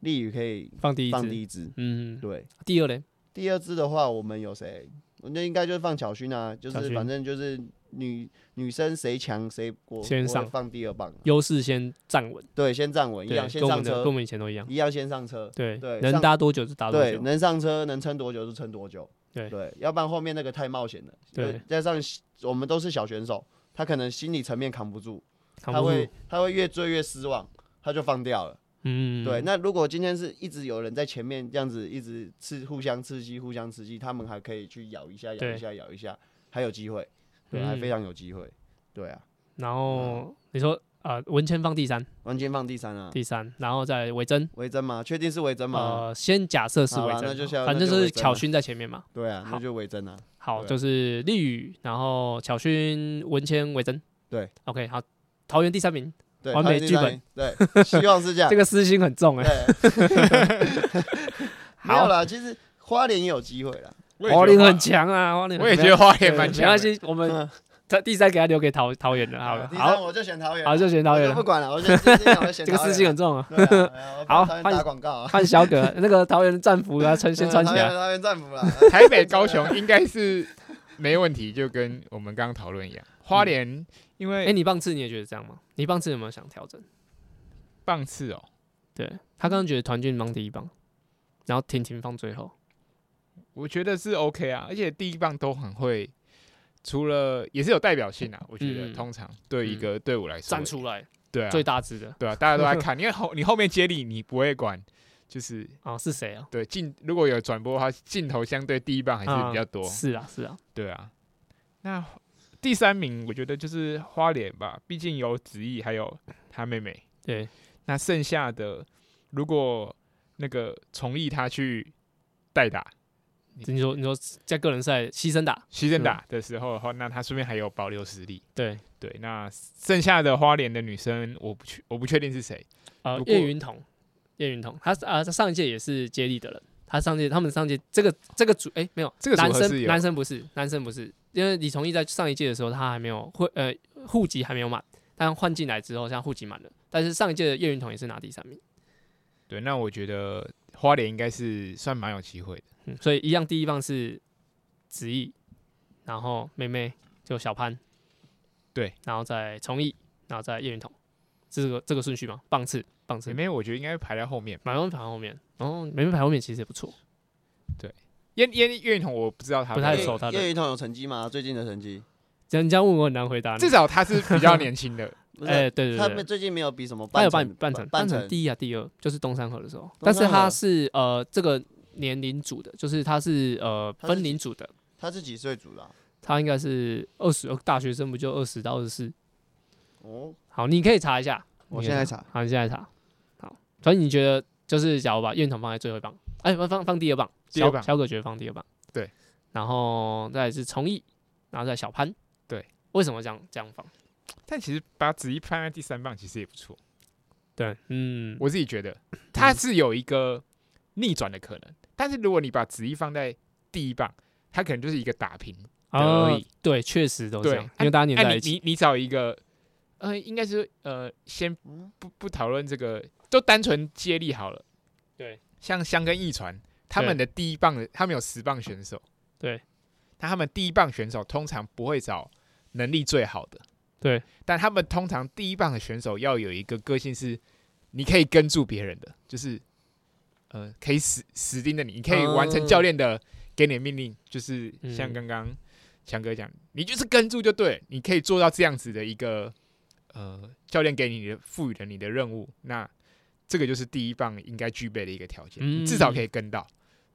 Speaker 2: 利宇可以
Speaker 1: 放第一
Speaker 2: 放
Speaker 1: 支，
Speaker 2: 第一支。
Speaker 1: 嗯，
Speaker 2: 对，
Speaker 1: 第二嘞，
Speaker 2: 第二支的话，我们有谁？那应该就是放巧勋啊，就
Speaker 1: 巧
Speaker 2: 是
Speaker 1: 勋
Speaker 2: 反正就是女女生谁强谁我
Speaker 1: 先
Speaker 2: 我
Speaker 1: 上
Speaker 2: 会放第二棒。
Speaker 1: 优势先站稳，
Speaker 2: 对，先站稳，一
Speaker 1: 对，
Speaker 2: 样
Speaker 1: 跟
Speaker 2: 先
Speaker 1: 我
Speaker 2: 上
Speaker 1: 们的跟我
Speaker 2: 车，
Speaker 1: 们以前都一样，
Speaker 2: 一样先上车。
Speaker 1: 对，
Speaker 2: 对
Speaker 1: 能
Speaker 2: 上
Speaker 1: 搭多久就搭多
Speaker 2: 对，
Speaker 1: 久，
Speaker 2: 能上车能撑多久就撑多久。
Speaker 1: 对
Speaker 2: 要不然后面那个太冒险了。
Speaker 1: 对
Speaker 2: 就加上我们都是小选手，他可能心理层面扛不住。
Speaker 1: 扛
Speaker 2: 他
Speaker 1: 不
Speaker 2: 会
Speaker 1: 住，
Speaker 2: 他会越追越失望，他就放掉了。
Speaker 1: 嗯，
Speaker 2: 对，那如果今天是一直有人在前面这样子一直刺互相刺激、互相刺激，他们还可以去咬一下、咬
Speaker 1: 对
Speaker 2: 一下、咬一下，还有机会，对，
Speaker 1: 嗯
Speaker 2: 还非常有机会。对啊，
Speaker 1: 然
Speaker 2: 嗯
Speaker 1: 后你说啊，呃文谦放第三，
Speaker 2: 完全放第三啊，
Speaker 1: 第三，然后再维珍，
Speaker 2: 维珍吗？确定是维珍吗？
Speaker 1: 呃，先假设是
Speaker 2: 好
Speaker 1: 维
Speaker 2: 啦那就
Speaker 1: 珍，
Speaker 2: 下
Speaker 1: 反
Speaker 2: 那
Speaker 1: 正
Speaker 2: 就是维珍
Speaker 1: 巧
Speaker 2: 了
Speaker 1: 勋在前面嘛。
Speaker 2: 对啊，
Speaker 1: 好
Speaker 2: 那就维珍啊。
Speaker 1: 好，
Speaker 2: 对
Speaker 1: 就是立宇，然后巧勋、文谦、维珍。
Speaker 2: 对
Speaker 1: ，OK，好，桃园第三名，
Speaker 2: 对，
Speaker 1: 完
Speaker 2: 他
Speaker 1: 美
Speaker 2: 是
Speaker 1: 剧
Speaker 2: 让
Speaker 1: 本
Speaker 2: 你，对，希望是这样
Speaker 1: 这。个私心很重哎、
Speaker 2: 对，没有
Speaker 1: 好，
Speaker 2: 啦，其实花莲也有机会啦。
Speaker 1: 花莲很强啊，花莲
Speaker 3: 我也觉
Speaker 1: 很
Speaker 3: 得花莲
Speaker 1: 强
Speaker 3: 蛮
Speaker 1: 对
Speaker 3: 强
Speaker 1: 没关
Speaker 3: 的。
Speaker 1: 系，我
Speaker 2: 嗯
Speaker 1: 们在第三给他留给桃桃园了，好了，
Speaker 2: 啊第三
Speaker 1: 好，
Speaker 2: 我就选桃园啊，
Speaker 1: 好就选桃园
Speaker 2: 我就不
Speaker 1: 了，
Speaker 2: 管了，我就 今天我就选
Speaker 1: 这个
Speaker 2: 桃
Speaker 1: 私
Speaker 2: 园
Speaker 1: 心
Speaker 2: 啊
Speaker 1: 很重啊。
Speaker 2: 对啊，哎呀我
Speaker 1: 好
Speaker 2: 帮桃园
Speaker 1: 换
Speaker 2: 打广告啊，
Speaker 1: 看小 葛那个桃园的战服啊，
Speaker 2: 嗯
Speaker 1: 穿先穿起
Speaker 2: 桃园
Speaker 1: 来，
Speaker 2: 桃园战服啦。
Speaker 3: 台北、高雄应该是没问题，就跟我们刚刚讨论一样。花莲因
Speaker 1: 哎、
Speaker 3: 为
Speaker 1: 嗯你棒次你也觉得这样吗？你棒次有没有想调整？
Speaker 3: 棒次哦，
Speaker 1: 对他刚刚觉得团俊放第一棒，然后婷婷放最后，
Speaker 3: 我觉得是 OK 啊，而且第一棒都很会，除了也是有代表性啊。我觉得
Speaker 1: 嗯
Speaker 3: 通常对一个队伍来说，
Speaker 1: 站出来、
Speaker 3: 对啊，
Speaker 1: 最大值的
Speaker 3: 对啊，大家 都在看，因为后你后面接力你不会管，就是
Speaker 1: 啊是谁啊？
Speaker 3: 对镜如果有转播的话，镜头相对第一棒还是比较多，
Speaker 1: 是啊是啊，
Speaker 3: 对啊。那第三名我觉得就是花莲吧，毕竟有子毅还有他妹妹。
Speaker 1: 对，
Speaker 3: 那剩下的如果那个崇义他去代打、
Speaker 1: 你说你说在个人赛牺牲打，
Speaker 3: 牺牲打的时候的话，那他顺便还有保留实力。
Speaker 1: 对，
Speaker 3: 对，那剩下的花莲的女生，我不确我不确定是谁。
Speaker 1: 呃，
Speaker 3: 不过
Speaker 1: 叶云彤，叶云彤，他啊、他上一届也是接力的人，他上届他们上届这个这个组哎、没有，
Speaker 3: 这个组合哦
Speaker 1: 男
Speaker 3: 是
Speaker 1: 生
Speaker 3: 有
Speaker 1: 男生不是男生不是，因为李崇义在上一届的时候他还没有会呃户籍还没有满，但换进来之后现在户籍满了，但是上一届的叶云彤也是拿第三名，
Speaker 3: 对，那我觉得花莲应该是算蛮有机会的。
Speaker 1: 嗯，所以一样第一棒是子毅，然后妹妹就小潘，
Speaker 3: 对，
Speaker 1: 然后再崇义，然后再叶云彤，这个这个顺序吗？棒次棒次
Speaker 3: 妹，妹我觉得应该排在后面。
Speaker 1: 马上排后面，哦，妹妹排后面其实也不错，
Speaker 3: 燕燕岳云彤我不知道他
Speaker 1: 不
Speaker 3: 们
Speaker 1: 太
Speaker 3: 有
Speaker 1: 熟 他的
Speaker 2: 叶雨桐有成绩吗？最近的成绩？
Speaker 1: 人家问我很难回答你
Speaker 3: 至。少他是比较年 轻的。
Speaker 2: 不是
Speaker 1: 哎、对对对，
Speaker 2: 他们最近没有比什么
Speaker 1: 他
Speaker 2: 半
Speaker 1: 有
Speaker 2: 程
Speaker 1: 半半程，
Speaker 2: 半
Speaker 1: 程
Speaker 2: 程
Speaker 1: 第一啊，第二就是东山河的时候，但
Speaker 2: 东山河
Speaker 1: 是他是呃这个年龄组的，就是他是呃
Speaker 2: 他是
Speaker 1: 分龄组的，
Speaker 2: 他是几岁组的啊？
Speaker 1: 他应该是二十大学生不就二十到二十四？
Speaker 2: 哦，
Speaker 1: 好，你可以查一下，
Speaker 2: 我
Speaker 1: 你可以
Speaker 2: 现在查，
Speaker 1: 好，你现在查，好，所以你觉得就是假如把院长放在最后一棒，哎、放放放第二棒，
Speaker 3: 第二
Speaker 1: 小
Speaker 3: 棒
Speaker 1: 小葛觉得放第二棒，
Speaker 3: 对，
Speaker 1: 然后再来是崇义，然后再小潘，
Speaker 3: 对，
Speaker 1: 为什么这样这样放？
Speaker 3: 但其实把子怡放在第三棒其实也不错，
Speaker 1: 对，嗯，
Speaker 3: 我自己觉得他是有一个逆转的可能。但是如果你把子怡放在第一棒，他可能就是一个打平。
Speaker 1: 啊
Speaker 3: 而已
Speaker 1: 对，确实都这
Speaker 3: 对
Speaker 1: 样，因为大家黏
Speaker 3: 那
Speaker 1: 在
Speaker 3: 你
Speaker 1: 一起，
Speaker 3: 你你找一个，呃，应该是呃，先不不讨论这个，就单纯接力好了。
Speaker 1: 对，
Speaker 3: 像香跟一传，他们的第一棒的，他们有十棒选手。
Speaker 1: 对，
Speaker 3: 那他们第一棒选手通常不会找能力最好的。
Speaker 1: 对，
Speaker 3: 但他们通常第一棒的选手要有一个个性是，你可以跟住别人的，就是呃，可以死死盯着你，你可以完成
Speaker 1: 嗯
Speaker 3: 教练的给你的命令，就是像
Speaker 1: 嗯
Speaker 3: 刚刚强哥讲，你就是跟住就对，你可以做到这样子的一个呃，教练给你的赋予的你的任务，那这个就是第一棒应该具备的一个条件，
Speaker 1: 嗯
Speaker 3: 你至少可以跟到。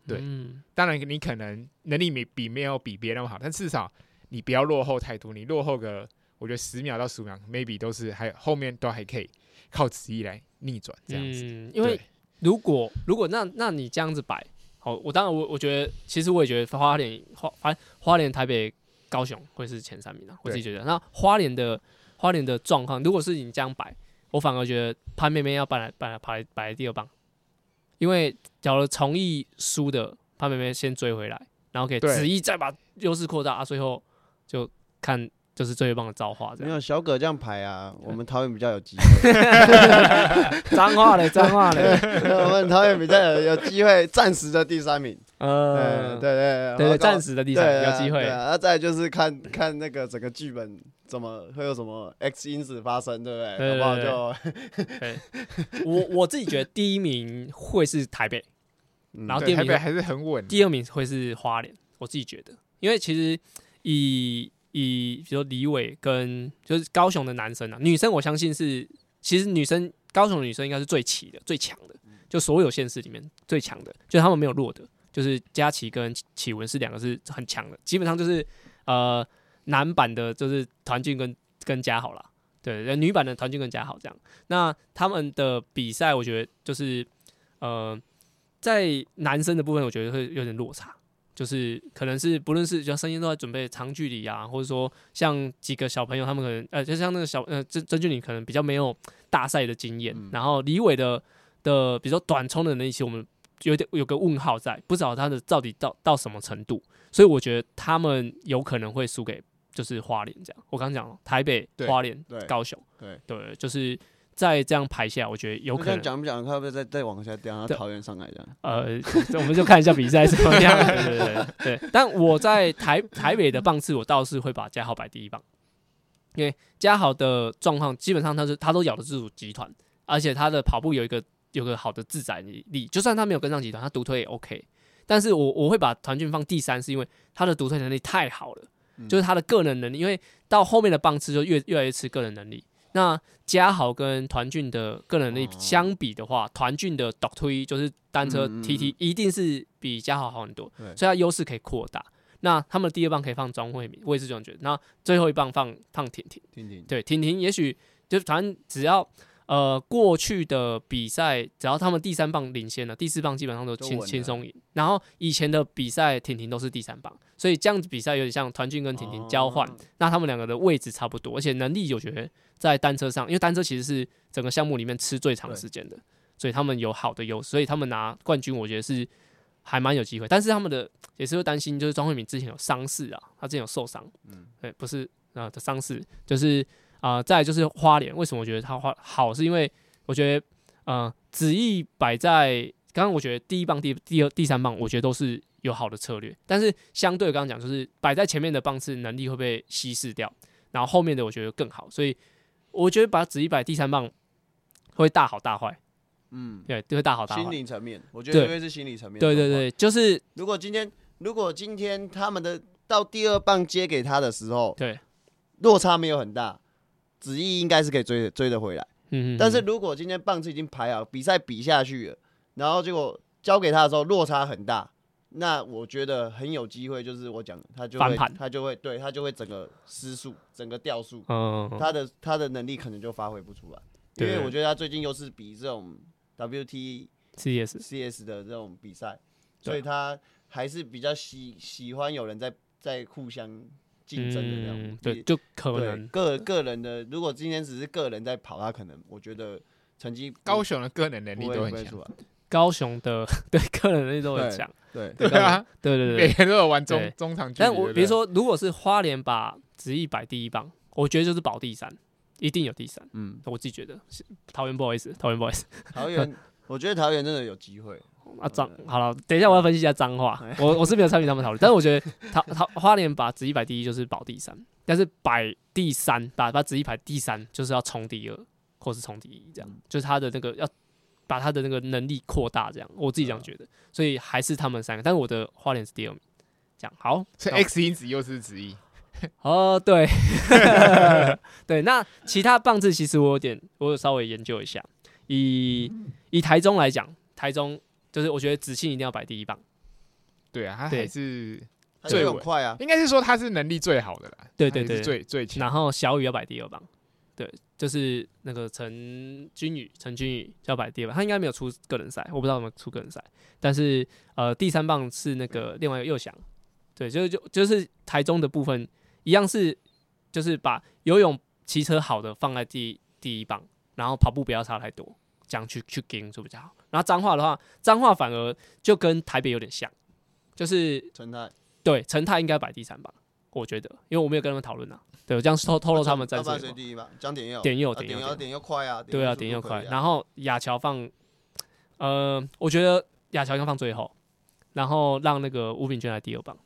Speaker 3: 对
Speaker 1: 嗯
Speaker 3: 当然，你可能能力没比没有比别人好，但至少你不要落后太多，你落后个我觉得十秒到十五秒，maybe 都是还后面都还可以靠词意来逆转这样子。
Speaker 1: 嗯、因为
Speaker 3: 对
Speaker 1: 如果如果那那你这样子摆，好，我当然我我觉得，其实我也觉得花莲花反正花莲台北高雄会是前三名啊，我自己觉得。那花莲的花莲的状况，如果是你这样摆，我反而觉得潘妹妹要摆来摆来摆来摆来第二棒，因为假如从艺输的潘妹妹先追回来，然后给
Speaker 3: 对
Speaker 1: 子怡再把优势扩大，啊，最后就看就是最后一棒的造化这
Speaker 2: 没
Speaker 1: 样。
Speaker 2: 有小葛这样排啊，我们桃园比较有机会，
Speaker 1: 脏话嘞，脏话 嘞，
Speaker 2: 我们桃园比较有有机会暂时的第三名。哎对
Speaker 1: 呃，
Speaker 2: 对
Speaker 1: 对，
Speaker 2: 对，
Speaker 1: 暂时的第
Speaker 2: 对
Speaker 1: 三
Speaker 2: 对
Speaker 1: 有
Speaker 2: 啊
Speaker 1: 机
Speaker 2: 对
Speaker 1: 会。
Speaker 2: 啊然后再来就是看看那个整个剧本怎么会有什么 X 因子发生，对不对？
Speaker 1: 对
Speaker 2: 好
Speaker 1: 对
Speaker 2: 不好？就啊
Speaker 1: 我我自己觉得第一名会是台北，
Speaker 2: 嗯
Speaker 1: 然后第
Speaker 3: 对
Speaker 1: 二
Speaker 3: 台
Speaker 1: 名
Speaker 3: 北还是很稳，
Speaker 1: 第二名会是花莲，我自己觉得，因为其实以以比如说李伟跟就是高雄的男生啊，女生我相信是其实女生高雄的女生应该是最齐的、最强的，
Speaker 2: 嗯
Speaker 1: 就所有县市里面最强的，就是他们没有弱的，就是佳琪跟启启文是两个是很强的，基本上就是呃男版的就是团俊跟跟嘉好啦，对，呃女版的团俊跟嘉好这样。那他们的比赛，我觉得就是呃。在男生的部分，我觉得会有点落差，就是可能是不论是像三星都在准备长距离啊，或者说像几个小朋友他们可能呃，就像那个小呃曾曾俊林可能比较没有大赛的经验，
Speaker 2: 嗯
Speaker 1: 然后李伟的的比如说短冲的那一期，我们有点有个问号在，不知道他的到底到到什么程度，所以我觉得他们有可能会输给就是花莲这样。我刚讲了台北、
Speaker 3: 对
Speaker 1: 花莲、
Speaker 2: 对
Speaker 1: 高雄，
Speaker 2: 对
Speaker 1: 对，就是再这样排下来，我觉得有
Speaker 2: 那
Speaker 1: 可
Speaker 2: 这
Speaker 1: 能
Speaker 2: 样讲不讲？看会不会再再往下掉，然后
Speaker 1: 对
Speaker 2: 桃园上来这样？
Speaker 1: 呃，这我们就看一下比赛是怎么样。对 对对对对，但我在台台北的棒次，我倒是会把嘉豪摆第一棒，因为嘉豪的状况基本上他是他都咬得自主集团，而且他的跑步有一个有个好的自宰力，就算他没有跟上集团，他独推也 OK。但是我我会把团俊放第三，是因为他的独推能力太好了，就是他的个人能力，因为到后面的棒次就越越来越吃个人能力。那嘉豪跟团俊的个人能力
Speaker 2: 哦
Speaker 1: 相比的话，团俊的 d 推就是单车
Speaker 2: 嗯嗯嗯
Speaker 1: TT 一定是比嘉豪好很多，
Speaker 2: 对
Speaker 1: 所以他优势可以扩大。那他们第二棒可以放庄惠敏，我也是这样觉得。那最后一棒放放婷婷，
Speaker 2: 听听，
Speaker 1: 对婷婷也许就反正只要呃过去的比赛，只要他们第三棒领先了，第四棒基本上都
Speaker 2: 就
Speaker 1: 轻
Speaker 2: 稳了
Speaker 1: 轻松赢。然后以前的比赛婷婷都是第三棒，所以这样子比赛有点像团俊跟婷婷交换，
Speaker 2: 哦
Speaker 1: 那他们两个的位置差不多，而且能力我觉得在单车上，因为单车其实是整个项目里面吃最长时间的，所以他们有好的优势，所以他们拿冠军我觉得是还蛮有机会。但是他们的也是会担心，就是庄慧敏之前有伤势啊，她之前有受伤，嗯，对，不是啊的伤势，就是啊、呃再来就是花莲，为什么我觉得她花好，是因为我觉得呃子毅摆在。刚刚我觉得第一棒、第第二、第三棒，我觉得都是有好的策略，但是相对刚刚讲，就是摆在前面的棒次能力会被稀释掉，然后后面的我觉得更好，所以我觉得把子一摆第三棒会大好大坏，
Speaker 2: 嗯，
Speaker 1: 对，就会大好大
Speaker 2: 心
Speaker 1: 坏。
Speaker 2: 理层面，我觉得
Speaker 1: 对
Speaker 2: 因为是心理层面。
Speaker 1: 对对，对，就是
Speaker 2: 如果今天如果今天他们的到第二棒接给他的时候，
Speaker 1: 对，
Speaker 2: 落差没有很大，子毅应该是可以追得追得回来。
Speaker 1: 嗯，嗯
Speaker 2: 但是
Speaker 1: 嗯
Speaker 2: 如果今天棒次已经排好，比赛比下去了，然后结果交给他的时候落差很大，那我觉得很有机会，就是我讲他就
Speaker 1: 翻
Speaker 2: 会
Speaker 1: 盘
Speaker 2: 他就会对他就会整个失速，整个掉速，
Speaker 1: 嗯，嗯嗯
Speaker 2: 他的他的能力可能就发挥不出来，因
Speaker 1: 对
Speaker 2: 为我觉得他最近又是比这种 WT
Speaker 1: ，CS，
Speaker 2: CS 的这种比赛，
Speaker 1: 对啊
Speaker 2: 所以他还是比较喜喜欢有人在在互相竞争的这样。
Speaker 1: 嗯，对，就可
Speaker 2: 对
Speaker 1: 能
Speaker 2: 个个人的，如果今天只是个人在跑，他可能我觉得成绩不
Speaker 3: 高雄的个人能力
Speaker 2: 不会
Speaker 3: 都
Speaker 2: 不会
Speaker 3: 很
Speaker 2: 出
Speaker 3: 强，
Speaker 2: 来。
Speaker 1: 高雄的 对个人能力都很
Speaker 2: 对
Speaker 1: 强，
Speaker 2: 对，
Speaker 3: 对啊，
Speaker 1: 对对对
Speaker 3: 每
Speaker 1: 对。
Speaker 3: 个人都有玩
Speaker 1: 对
Speaker 3: 中中场距离。
Speaker 1: 但我
Speaker 3: 对不对
Speaker 1: 比如，说，如果是花莲把子毅摆第一棒，我觉得就是保第三，一定有第三，
Speaker 2: 嗯，
Speaker 1: 我自己觉得。是桃园不好意思，桃园不好意思。
Speaker 2: 桃园，我觉得桃园真的有机会。
Speaker 3: 嗯
Speaker 1: 啊脏好了，等一下我要分析一下脏话。我我是没有参与他们讨论，但是我觉得桃桃花莲把子一摆第一就是保第三，但是摆第三把把子一排第三就是要冲第二或是冲第一这样，就是他的那个要把他的那个能力扩大这样，我自己这样觉得，所以还是他们三个，但是我的花莲是第二名。这样好，
Speaker 3: 所
Speaker 1: 那
Speaker 3: 以
Speaker 1: 我
Speaker 3: X 因子又是子 E 毅，
Speaker 1: 哦，对， 对，那其他棒次其实我有点，我有稍微研究一下。以以台中来讲，台中就是我觉得子庆一定要摆第一棒，
Speaker 3: 对啊，他
Speaker 1: 对
Speaker 3: 还是
Speaker 2: 他游
Speaker 3: 最
Speaker 2: 泳
Speaker 3: 稳
Speaker 2: 快啊，
Speaker 3: 应该是说他是能力最好的啦，
Speaker 1: 对对
Speaker 3: 他也是
Speaker 1: 对
Speaker 3: 最最强。
Speaker 1: 然后小雨要摆第二棒，对，就是那个陈君宇，陈君宇要摆第二棒，他应该没有出个人赛，我不知道有没有出个人赛，但是呃，第三棒是那个另外一个右翔，对，就是就就是台中的部分一样是，就是把游泳、骑车好的放在第第一棒，然后跑步不要差太多，这样去去跟就比较好。然后脏话的话，脏话反而就跟台北有点像，就是
Speaker 2: 陈泰
Speaker 1: 对，陈泰应该摆第三吧，我觉得，因为我没有跟他们讨论啊。对，我这样透透露他们
Speaker 2: 要
Speaker 1: 战
Speaker 2: 不
Speaker 1: 术
Speaker 2: 然
Speaker 1: 了
Speaker 2: 谁
Speaker 1: 嘛。
Speaker 2: 第一吧？江典佑，
Speaker 1: 点右
Speaker 2: 啊
Speaker 1: 点
Speaker 2: 典
Speaker 1: 右
Speaker 2: 佑，
Speaker 1: 点
Speaker 2: 点佑快啊，
Speaker 1: 对啊，
Speaker 2: 速度
Speaker 1: 点右
Speaker 2: 可
Speaker 1: 快。
Speaker 2: 以啊
Speaker 1: 然后亚乔放，呃，我觉得亚乔应该放最后，然后让那个吴敏娟来第二棒。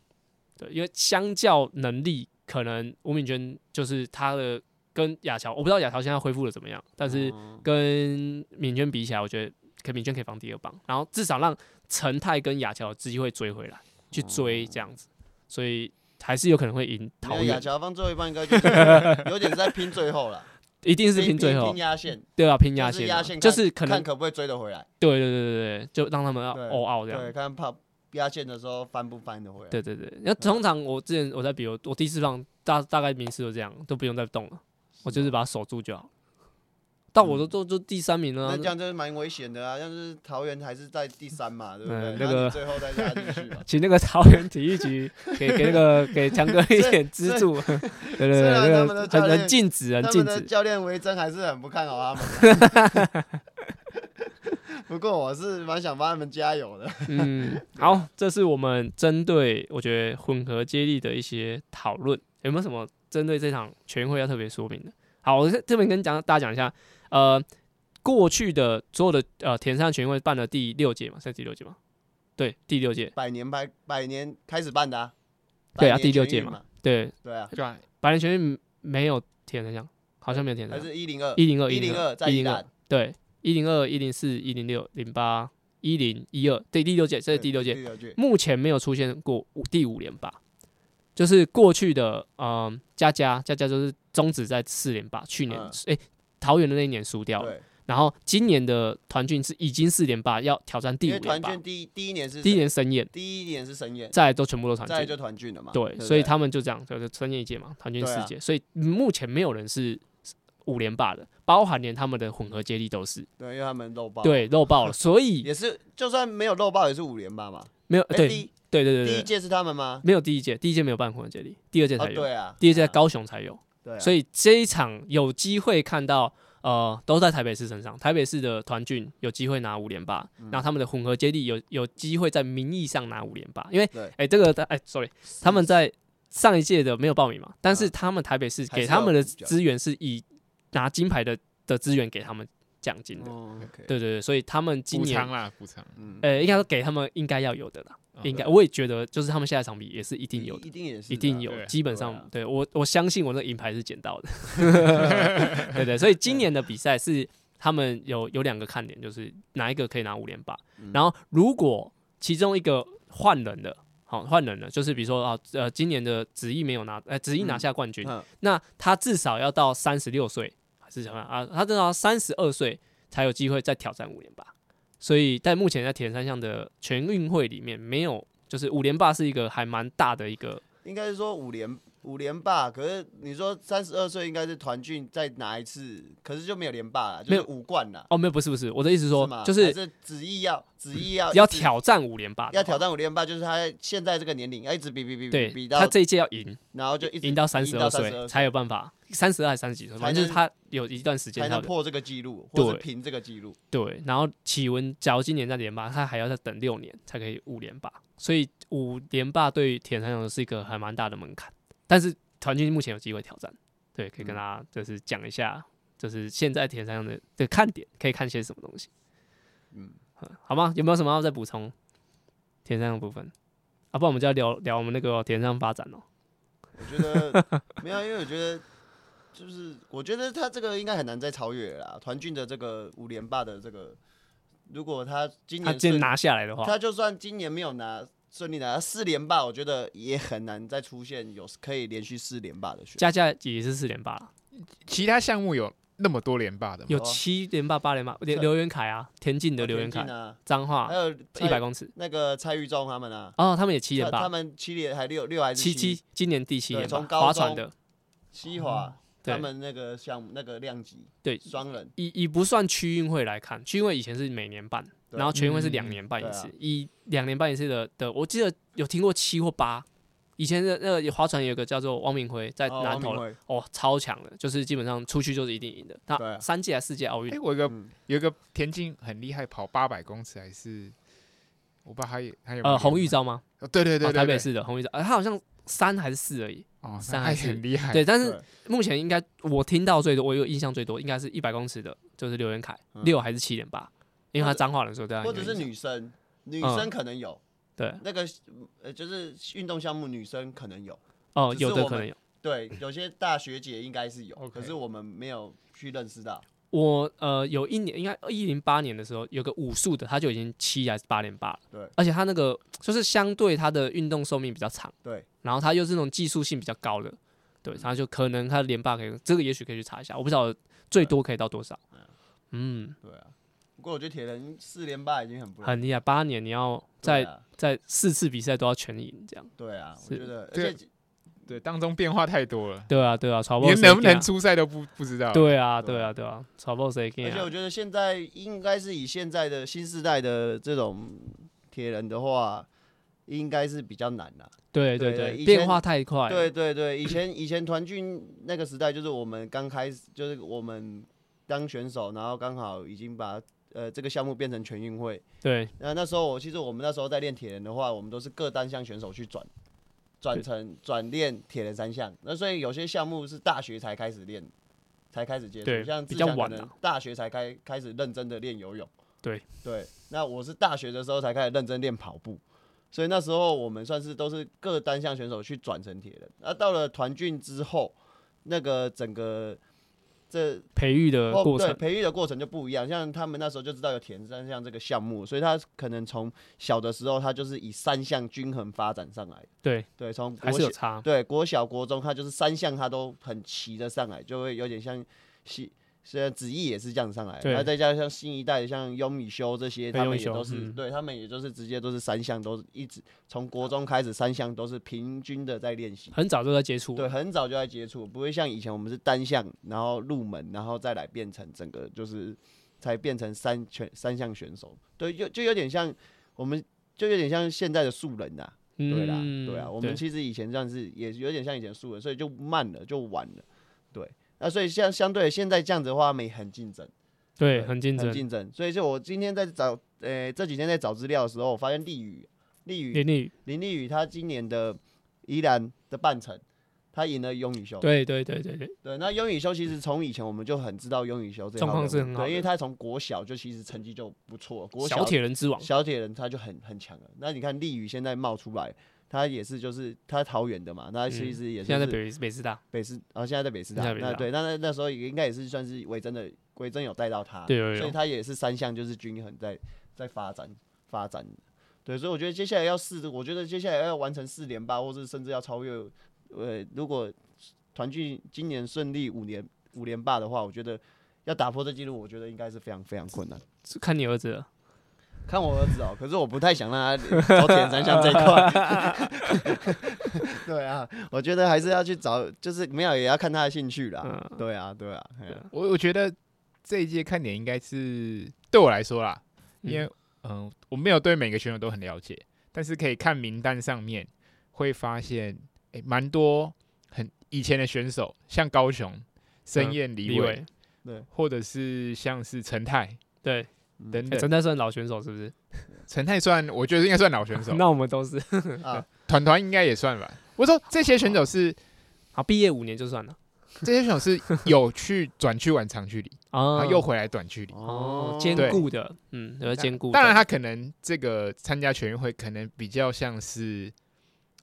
Speaker 1: 对，因为相较能力，可能吴敏娟就是她的跟亚乔，我不知道亚乔现在恢复的怎么样，但是
Speaker 2: 嗯
Speaker 1: 跟敏娟比起来，我觉得可敏娟可以放第二棒，然后至少让陈泰跟亚乔有机会追回来，去追这样子，所以还是有可能会赢
Speaker 2: 哦没
Speaker 1: 桃
Speaker 2: 有亚
Speaker 1: 园，
Speaker 2: 乔放最后一棒应该就是 有点在拼最后了，
Speaker 1: 一定是拼最后
Speaker 2: 拼，压线，
Speaker 1: 对啊，拼压
Speaker 2: 就是
Speaker 1: 线
Speaker 2: 压
Speaker 1: 啊，
Speaker 2: 线看，
Speaker 1: 就是可能
Speaker 2: 看可不可以追得回来，
Speaker 1: 对对对对对，就让他们要
Speaker 2: 对
Speaker 1: all out 这
Speaker 2: 对，
Speaker 1: 样。
Speaker 2: 看怕压线的时啊候翻不翻得回来，
Speaker 1: 对对对，那通常我之前我在比如我第四棒大大概名次都这样，都不用再动了，我就是把它守住就好。但我都都都第三名了啊
Speaker 2: 嗯那，这样就是蛮危险的啊，像是桃园还是在第三嘛，对不对？
Speaker 1: 嗯
Speaker 2: 那
Speaker 1: 那个。
Speaker 2: 你最后再压进去嘛
Speaker 1: 请那个桃园体育局 给给那个给强哥一点资助，对对
Speaker 2: 虽
Speaker 1: 对，
Speaker 2: 然
Speaker 1: 那
Speaker 2: 他们的
Speaker 1: 个
Speaker 2: 教
Speaker 1: 很
Speaker 2: 练
Speaker 1: 很禁止， 很
Speaker 2: 他
Speaker 1: 禁
Speaker 2: 们的
Speaker 1: 止。
Speaker 2: 教练维珍还是很不看好他们 啊。不过我是蛮想帮他们加油的。
Speaker 1: 嗯，好，这是我们针对我觉得混合接力的一些讨论，有没有什么针对这场全运会要特别说明的？好，我这这边跟讲大家讲一下，呃，过去的所有的呃田上全运会办了第六届嘛，算第六届嘛，对，第六届，
Speaker 2: 百年拍百年开始办的啊。
Speaker 1: 对啊
Speaker 2: 百
Speaker 1: 第
Speaker 2: 年
Speaker 1: 六
Speaker 2: 全运
Speaker 1: 届嘛
Speaker 2: 嘛。
Speaker 1: 对，
Speaker 2: 对啊，
Speaker 3: 对啊，
Speaker 1: 百年全运没有田三项，好像没有田
Speaker 2: 还
Speaker 1: 三项，
Speaker 2: 是一零二
Speaker 1: 啊一零二
Speaker 2: 一零二在
Speaker 1: 一
Speaker 2: 一
Speaker 1: 零二
Speaker 2: 兰，，
Speaker 1: 对，一零二一零四一零六零八一零一二，对，第六届，这是第六届
Speaker 2: 第，六届。
Speaker 1: 目前没有出现过五第五连霸，就是过去的嗯佳佳佳佳就是终止在四连霸，去年
Speaker 2: 嗯
Speaker 1: 诶，桃园的那一年输掉了，
Speaker 2: 对，
Speaker 1: 然后今年的团俊是已经四连霸，要挑战第
Speaker 2: 因
Speaker 1: 五
Speaker 2: 为
Speaker 1: 连
Speaker 2: 团
Speaker 1: 霸
Speaker 2: 俊，第一第一年是
Speaker 1: 第一
Speaker 2: 谁
Speaker 1: 年神演，
Speaker 2: 第一年是神演，
Speaker 1: 再来都全部都团
Speaker 2: 再来
Speaker 1: 俊，
Speaker 2: 就团俊了嘛。
Speaker 1: 对，
Speaker 2: 不
Speaker 1: 所以他们就这样，就是三年一届嘛，团俊
Speaker 2: 对
Speaker 1: 四
Speaker 2: 啊
Speaker 1: 届，所以目前没有人是五连霸的，包含连他们的混合接力都是
Speaker 2: 对，因为他们漏爆，，
Speaker 1: 对漏爆了，所以
Speaker 2: 也是就算没有漏爆也是五连霸嘛。
Speaker 1: 没有
Speaker 2: 哎
Speaker 1: 对
Speaker 2: 第一
Speaker 1: 对对对
Speaker 2: 第一
Speaker 1: 对，对
Speaker 2: 届是他们吗？
Speaker 1: 没有第一届，第一届没有办混合接力，第二届
Speaker 2: 哦，
Speaker 1: 才有，
Speaker 2: 对啊，
Speaker 1: 第二届在
Speaker 2: 啊，
Speaker 1: 高雄才有。
Speaker 2: 对啊，
Speaker 1: 所以这一场有机会看到，呃，都在台北市身上。台北市的团俊有机会拿五连霸，
Speaker 2: 嗯
Speaker 1: 然后他们的混合接力有有机会在名义上拿五连霸，因为
Speaker 2: 对
Speaker 1: 哎、这个哎、sorry，他们在上一届的没有报名嘛，但是他们台北市
Speaker 2: 嗯还是
Speaker 1: 给他们的
Speaker 2: 要补奖
Speaker 1: 资源是以拿金牌的的资源给他们奖金的，
Speaker 2: 哦，OK，
Speaker 1: 嗯对对对，所以他们今
Speaker 3: 补
Speaker 1: 年
Speaker 3: 偿啦，补偿。
Speaker 2: 嗯，
Speaker 1: 呃应该说给他们应该要有的啦，
Speaker 3: 哦
Speaker 1: 应该
Speaker 2: 对
Speaker 1: 我也觉得就是他们下一场比也是一定有的。
Speaker 2: 一定也是，啊
Speaker 1: 一定有
Speaker 3: 对，
Speaker 1: 基本
Speaker 2: 对
Speaker 1: 上
Speaker 2: 啊
Speaker 1: 对,、我我相信我那银牌是捡 到的，对对，所以今年的比赛是他们有有两个看点，就是哪一个可以拿五连霸，
Speaker 2: 嗯
Speaker 1: 嗯然后如果其中一个换人了，好换人了，就是比如说啊呃今年的子毅没有拿，呃子毅拿下冠军，
Speaker 2: 嗯
Speaker 1: 那他至少要到三十六岁还是什么啊？他至少三十二岁才有机会再挑战五连霸。所以在目前在铁人三项的全运会里面，没有就是五连霸是一个还蛮大的一个
Speaker 2: 应该是说五连五连霸，可是你说三十二岁应该是团俊再拿一次，可是就没有连霸了，就
Speaker 1: 没
Speaker 2: 是
Speaker 1: 有
Speaker 2: 五冠了，
Speaker 1: 哦，没有，不是不是，我的意思是
Speaker 2: 是
Speaker 1: 说
Speaker 2: 吗？
Speaker 1: 就
Speaker 2: 还
Speaker 1: 是
Speaker 2: 是子毅要子毅要
Speaker 1: 要
Speaker 2: 一直
Speaker 1: 挑战五连霸的话，
Speaker 2: 要挑战五连霸，就是他现在这个年龄要一直比比比比
Speaker 1: 对
Speaker 2: 比
Speaker 1: 他
Speaker 2: 到，
Speaker 1: 这一届要赢，
Speaker 2: 然后就一直
Speaker 1: 赢到三
Speaker 2: 32
Speaker 1: 十二岁
Speaker 2: 岁
Speaker 1: 才有办法，三十二还是三十几岁，
Speaker 2: 才
Speaker 1: 反正就是
Speaker 2: 能
Speaker 1: 他有一段时间
Speaker 2: 才
Speaker 1: 他
Speaker 2: 能
Speaker 1: 的
Speaker 2: 破这个记录，或是
Speaker 1: 对
Speaker 2: 平这个记录。
Speaker 1: 对，然后启文假如今年再连霸，他还要再等六年才可以五连霸，所以五连霸对于铁人三项是一个还蛮大的门槛，但是团军目前有机会挑战，对，可以跟
Speaker 2: 嗯
Speaker 1: 大家就是讲一下，就是现在铁人三项的的看点，可以看些什么东西，
Speaker 2: 嗯，
Speaker 1: 好吗？有没有什么要再补充？田上的部分啊，不然我们就要聊聊我们那个田上发展哦。
Speaker 2: 我觉得没有，因为我觉得就是我觉得他这个应该很难再超越了啦。团俊的这个五连霸的这个，如果他今
Speaker 1: 他
Speaker 2: 年
Speaker 1: 今天
Speaker 2: 顺
Speaker 1: 拿下来的话，
Speaker 2: 他就算今年没有拿顺利拿到四连霸，我觉得也很难再出现有可以连续四连霸的选手。
Speaker 1: 佳佳也是四连霸了，
Speaker 3: 其他项目有那么多连霸的吗？
Speaker 1: 有七连霸、八连霸，刘
Speaker 2: 对
Speaker 1: 刘元凯啊，田径的刘元凯
Speaker 2: 田，径啊，
Speaker 1: 彰化
Speaker 2: 还有
Speaker 1: 一百公尺，
Speaker 2: 那个蔡玉忠他们啊，
Speaker 1: 哦，他们也七连
Speaker 2: 他他
Speaker 1: 霸，
Speaker 2: 们七连还六六还是
Speaker 1: 七七，今年第七
Speaker 2: 对
Speaker 1: 连霸
Speaker 2: 从，高
Speaker 1: 划船
Speaker 2: 中
Speaker 1: 的，
Speaker 2: 西华
Speaker 1: 对
Speaker 2: 他们那个项目那个量级
Speaker 1: 对
Speaker 2: 双人
Speaker 1: 以以不算区运会来看，区运会以前是每年办，
Speaker 2: 对
Speaker 1: 然后全运会是
Speaker 3: 嗯
Speaker 1: 两年办一次，
Speaker 2: 对啊
Speaker 1: 以两年办一次的的，我记得有听过七或八。以前的那个划船有个叫做汪明辉在
Speaker 2: 哦
Speaker 1: 南投
Speaker 2: 王
Speaker 1: 了，
Speaker 2: 明辉
Speaker 1: 哦，超强的，就是基本上出去就是一定赢的。
Speaker 2: 对
Speaker 1: 他
Speaker 2: 啊
Speaker 1: 三届还是四届奥运
Speaker 3: 哎、，我有一个
Speaker 2: 嗯
Speaker 3: 有一个田径很厉害，跑八百公尺还是我不知道他有他有没有
Speaker 1: 呃，洪玉
Speaker 3: 连霸
Speaker 1: 昭吗？
Speaker 3: 哦对对对
Speaker 1: 哦
Speaker 3: 对
Speaker 1: 台北
Speaker 3: 对
Speaker 1: 市的洪玉昭，呃，他好像三还是四而已。
Speaker 3: 哦，那
Speaker 1: 上
Speaker 3: 他
Speaker 1: 海
Speaker 3: 也
Speaker 1: 市
Speaker 3: 很厉害，
Speaker 1: 对，但是
Speaker 2: 对
Speaker 1: 目前应该我听到最多，我有印象最多应该是一百公尺的，就是刘元凯
Speaker 2: 嗯
Speaker 1: 六还是七点八，因为他脏话的时候对他
Speaker 2: 或
Speaker 1: 有
Speaker 2: 者
Speaker 1: 影
Speaker 2: 是
Speaker 1: 响
Speaker 2: 女生，女
Speaker 1: 嗯
Speaker 2: 生可能有
Speaker 1: 对
Speaker 2: 那个呃，就是运动项目女生可能有，
Speaker 1: 哦，
Speaker 2: 只是
Speaker 1: 有的
Speaker 2: 我
Speaker 1: 可
Speaker 2: 们
Speaker 1: 能有。
Speaker 2: 对， 有些大学姐应该是有，
Speaker 3: OK
Speaker 2: 可是我们没有去认识到。
Speaker 1: 我呃有一年，应该一零八年的时候，有个武术的，他就已经七还是八连霸了。
Speaker 2: 对，
Speaker 1: 而且他那个就是相对他的运动寿命比较长，
Speaker 2: 对，
Speaker 1: 然后他又是那种技术性比较高的，
Speaker 2: 嗯
Speaker 1: 对，他就可能他的连霸可以，这个也许可以去查一下，我不知道最多可以到多少。嗯，
Speaker 2: 对啊，不过我觉得铁人四连霸已经很不容易。
Speaker 1: 很厉害，八年你要
Speaker 2: 对
Speaker 1: 在、
Speaker 2: 啊，
Speaker 1: 在四次比赛都要全赢这样。
Speaker 2: 对啊，我
Speaker 1: 是
Speaker 2: 觉得，而
Speaker 3: 这个
Speaker 2: 且
Speaker 3: 对当中变化太多了，
Speaker 1: 对啊，对啊，炒爆
Speaker 3: 连
Speaker 1: 谁
Speaker 3: 能不
Speaker 1: 干
Speaker 3: 能出赛都不不知道。
Speaker 1: 对啊，
Speaker 2: 对啊
Speaker 1: 对啊，对啊，炒爆谁
Speaker 2: 而
Speaker 1: 干
Speaker 2: 且
Speaker 1: 啊
Speaker 2: 我觉得现在应该是以现在的新时代的这种铁人的话，应该是比较难啦、
Speaker 1: 对对
Speaker 2: 对
Speaker 1: 对，
Speaker 2: 以前
Speaker 1: 变化太快了。
Speaker 2: 对对对，以前以前团聚那个时代，就是我们刚开始，就是我们当选手，然后刚好已经把呃这个项目变成全运会。
Speaker 1: 对
Speaker 2: 那那时候我其实我们那时候在练铁人的话，我们都是各单项选手去转，转
Speaker 1: 对
Speaker 2: 成转练铁人三项。那所以有些项目是大学才开始练，才开始接
Speaker 1: 对
Speaker 2: 触，像
Speaker 1: 比
Speaker 2: 志
Speaker 1: 较
Speaker 2: 强可
Speaker 1: 晚
Speaker 2: 能
Speaker 1: 啊
Speaker 2: 大学才开开始认真的练游泳。
Speaker 1: 对
Speaker 2: 对，那我是大学的时候才开始认真练跑步，所以那时候我们算是都是各单项选手去转成铁人。那到了团训之后，那个整个这
Speaker 1: 培育的
Speaker 2: 哦，
Speaker 1: 过
Speaker 2: 对，
Speaker 1: 程，
Speaker 2: 培育的过程就不一样。像他们那时候就知道有铁人三项这个项目，所以他可能从小的时候他就是以三项均衡发展上来的。
Speaker 1: 对，
Speaker 2: 对，从国
Speaker 1: 还是有
Speaker 2: 小
Speaker 1: 差。
Speaker 2: 对国小国中，他就是三项他都很齐的上来，就会有点像西。虽然子毅也是这样上来的，
Speaker 1: 对
Speaker 2: 那再加上像新一代的像优米修这些，
Speaker 1: 对
Speaker 2: 他们
Speaker 1: 优米
Speaker 2: 也
Speaker 1: 修
Speaker 2: 都是、
Speaker 1: 嗯
Speaker 2: 对他们也就是直接都是三项都是一直从国中开始三项都是平均的在练习。
Speaker 1: 很早就在接触，
Speaker 2: 对，很早就在接触，不会像以前我们是单项，然后入门，然后再来变成整个就是才变成三全三项选手。对，就就有点像我们。就有点像现在的素人呐、
Speaker 1: 嗯，
Speaker 2: 对啦，对啊，我们
Speaker 1: 对
Speaker 2: 其实以前这样是也有点像以前素人，所以就慢了，就晚了，对。那所以像相对现在这样子的话，没很竞争，
Speaker 1: 对
Speaker 2: 对
Speaker 1: 很竞
Speaker 2: 很
Speaker 1: 争，
Speaker 2: 竞争。所以就我今天在找，呃、这几天在找资料的时候，我发现立宇，立宇
Speaker 1: 林立宇，
Speaker 2: 林立宇他今年的宜兰的半程，他赢了翁宇修，
Speaker 1: 对对对对对，
Speaker 2: 对，那雍宇修其实从以前我们就很知道雍宇修这
Speaker 1: 状
Speaker 2: 号
Speaker 1: 况
Speaker 2: 人
Speaker 1: 是
Speaker 2: 物
Speaker 1: 很好
Speaker 2: 对，因为
Speaker 1: 的
Speaker 2: 他从国小就其实成绩就不错，国
Speaker 1: 小铁人之王，
Speaker 2: 小铁人他就很很强了。那你看立宇现在冒出来，他也是就是他桃园的嘛，那其
Speaker 1: 嗯
Speaker 2: 实也
Speaker 1: 现在
Speaker 2: 是
Speaker 1: 在北北师大，
Speaker 2: 北师啊，现在在北师
Speaker 1: 现
Speaker 2: 大，
Speaker 1: 在北师
Speaker 2: 那
Speaker 1: 大
Speaker 2: 对，那那那时候也应该也是算是维珍的维珍有带到他，
Speaker 1: 对有有
Speaker 2: 所以他也是三项就是均衡在在发展发展的，对，所以我觉得接下来要四，我觉得接下来要完成四连霸，或是甚至要超越，呃，如果团聚今年顺利五连五连霸的话，我觉得要打破这记录，我觉得应该是非常非常困难。
Speaker 1: 是看你儿子了，
Speaker 2: 看我儿子哦，可是我不太想让他走铁人三项这一块。对啊，我觉得还是要去找，就是没有也要看他的兴趣啦。
Speaker 1: 嗯
Speaker 2: 对啊，对啊，嘿啊
Speaker 3: 我我觉得这一届看点应该是对我来说啦，
Speaker 1: 嗯
Speaker 3: 因为嗯、我没有对每个选手都很了解，但是可以看名单上面会发现，诶，蛮多很以前的选手，像高雄、申
Speaker 1: 嗯
Speaker 3: 燕、李
Speaker 1: 李
Speaker 3: 伟，
Speaker 1: 伟，
Speaker 3: 或者是像是陈泰
Speaker 1: 对，
Speaker 2: 嗯
Speaker 3: 等
Speaker 1: 哎
Speaker 3: 等。
Speaker 1: 陈泰算老选手是不是？
Speaker 3: 陈泰算，我觉得应该算老选手，
Speaker 1: 那我们都是，
Speaker 2: 啊，
Speaker 3: 团团应该也算吧。我说这些选手是
Speaker 1: 好，毕业五年就算了
Speaker 3: 这些选手是有去转去玩 长距离，然
Speaker 1: 啊
Speaker 3: 后又回来短距离。
Speaker 1: 哦，
Speaker 2: 坚
Speaker 1: 兼
Speaker 3: 对
Speaker 1: 顾的，嗯，有兼顾的，
Speaker 3: 当然，他可能这个参加全运会，可能比较像是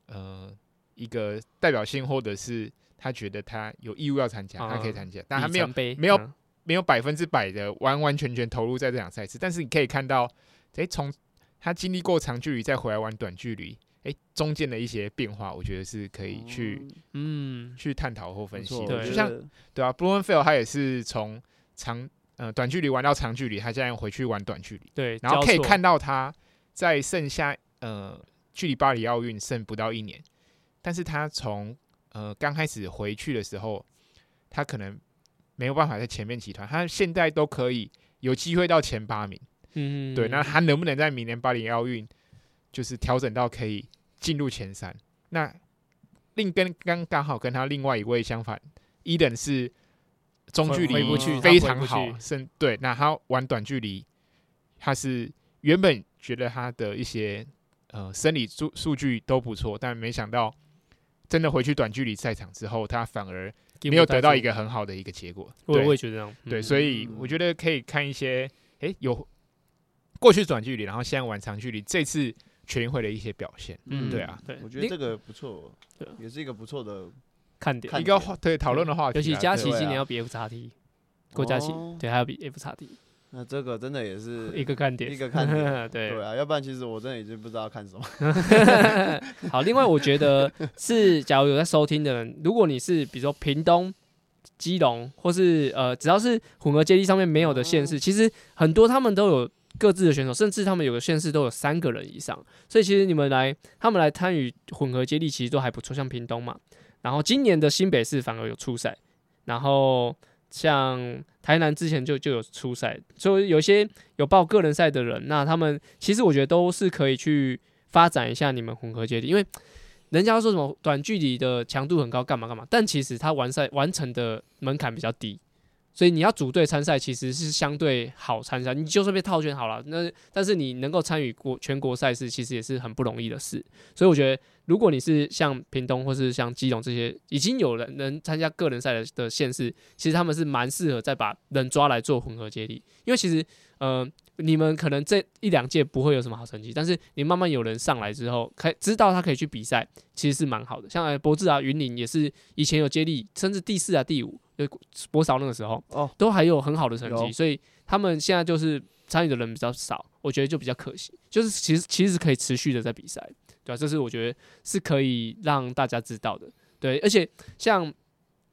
Speaker 3: 呃一个代表性，或者是他觉得他有义务要参加，
Speaker 1: 嗯
Speaker 3: 他可以参加，但他
Speaker 1: 里
Speaker 3: 没有
Speaker 1: 程碑
Speaker 3: 没有
Speaker 1: 嗯
Speaker 3: 没有百分之百的完完全全投入在这场赛事。但是你可以看到，诶，从他经历过长距离，再回来玩短距离，哎、中间的一些变化，我觉得是可以去、
Speaker 2: 嗯
Speaker 1: 嗯，
Speaker 3: 去探讨或分析
Speaker 2: 不错嗯
Speaker 3: 的。
Speaker 2: 我
Speaker 3: 就
Speaker 2: 觉
Speaker 3: 像
Speaker 2: 得
Speaker 3: 对啊 b l u m f e l d 他也是从长呃短距离玩到长距离，他现在回去玩短距离，
Speaker 1: 对，
Speaker 3: 然后可以
Speaker 1: 交嗯错
Speaker 3: 看到他在剩下呃距离巴黎奥运剩不到一年，但是他从呃刚开始回去的时候，他可能没有办法在前面集团，他现在都可以有机会到前八名。
Speaker 1: 嗯，
Speaker 3: 对，那他能不能在明年巴黎奥运就是调整到可以进入前三？那另跟刚刚好跟他另外一位相反，伊等是中距
Speaker 1: 回
Speaker 3: 离
Speaker 1: 不去他回
Speaker 3: 非常
Speaker 1: 不
Speaker 3: 好
Speaker 1: 去，
Speaker 3: 甚对，那他玩短距离，他是原本觉得他的一些呃生理数数据都不错，但没想到真的回去短距离赛场之后，他反而没有得到一
Speaker 1: 个，
Speaker 3: 个很好的一个结果。
Speaker 1: 我
Speaker 3: 对。
Speaker 1: 我也觉得这样，
Speaker 3: 对，
Speaker 1: 嗯
Speaker 3: 所以我觉得可以看一些，诶，有过去短距离，然后现在玩长距离，这次全运会的一些表现，
Speaker 1: 嗯
Speaker 3: 对啊
Speaker 1: 对，
Speaker 2: 我觉得
Speaker 1: 另
Speaker 2: 这个不错
Speaker 1: 对啊，
Speaker 2: 也是一个不错的，
Speaker 1: 看点，呃
Speaker 2: 看
Speaker 3: 一个话对讨论的话题
Speaker 1: 尤
Speaker 3: 啊，
Speaker 1: 其佳琪
Speaker 3: 对
Speaker 1: 今
Speaker 2: 对
Speaker 1: 年
Speaker 2: 啊
Speaker 1: 要比 F 叉 T，郭佳琪
Speaker 2: 哦
Speaker 1: 对，还要比 F 叉 T，
Speaker 2: 那这个真的也是
Speaker 1: 一个看点，
Speaker 2: 一个看点对
Speaker 1: 对。
Speaker 2: 啊，要不然其实我真的已经不知道看什么。
Speaker 1: 好，另外我觉得是，假如有在收听的人，如果你是比如说屏东。基隆或是呃，只要是混合接力上面没有的县市，其实很多他们都有各自的选手，甚至他们有个县市都有三个人以上，所以其实你们来他们来参与混合接力，其实都还不错，像屏东嘛，然后今年的新北市反而有初赛，然后像台南之前就就有初赛，所以有些有报个人赛的人，那他们其实我觉得都是可以去发展一下你们混合接力，因为人家说什么短距离的强度很高，干嘛干嘛，但其实它完赛完成的门槛比较低。所以你要组队参赛，其实是相对好参赛。你就算被套圈好了，那但是你能够参与国全国赛事，其实也是很不容易的事。所以我觉得，如果你是像屏东或是像基隆这些已经有人能参加个人赛的的县市，其实他们是蛮适合再把人抓来做混合接力，因为其实，呃，你们可能这一两届不会有什么好成绩，但是你慢慢有人上来之后，可以知道他可以去比赛，其实是蛮好的。像
Speaker 2: 嗯
Speaker 1: 呃博智啊、云林也是以前有接力，甚至第四啊、第五，就博少那个时候，
Speaker 2: 哦，
Speaker 1: 啊都还有很好的成绩，
Speaker 2: 有
Speaker 1: 所以他们现在就是参与的人比较少，我觉得就比较可惜。就是其实其实可以持续的在比赛，对吧、啊这是我觉得是可以让大家知道的，对。而且像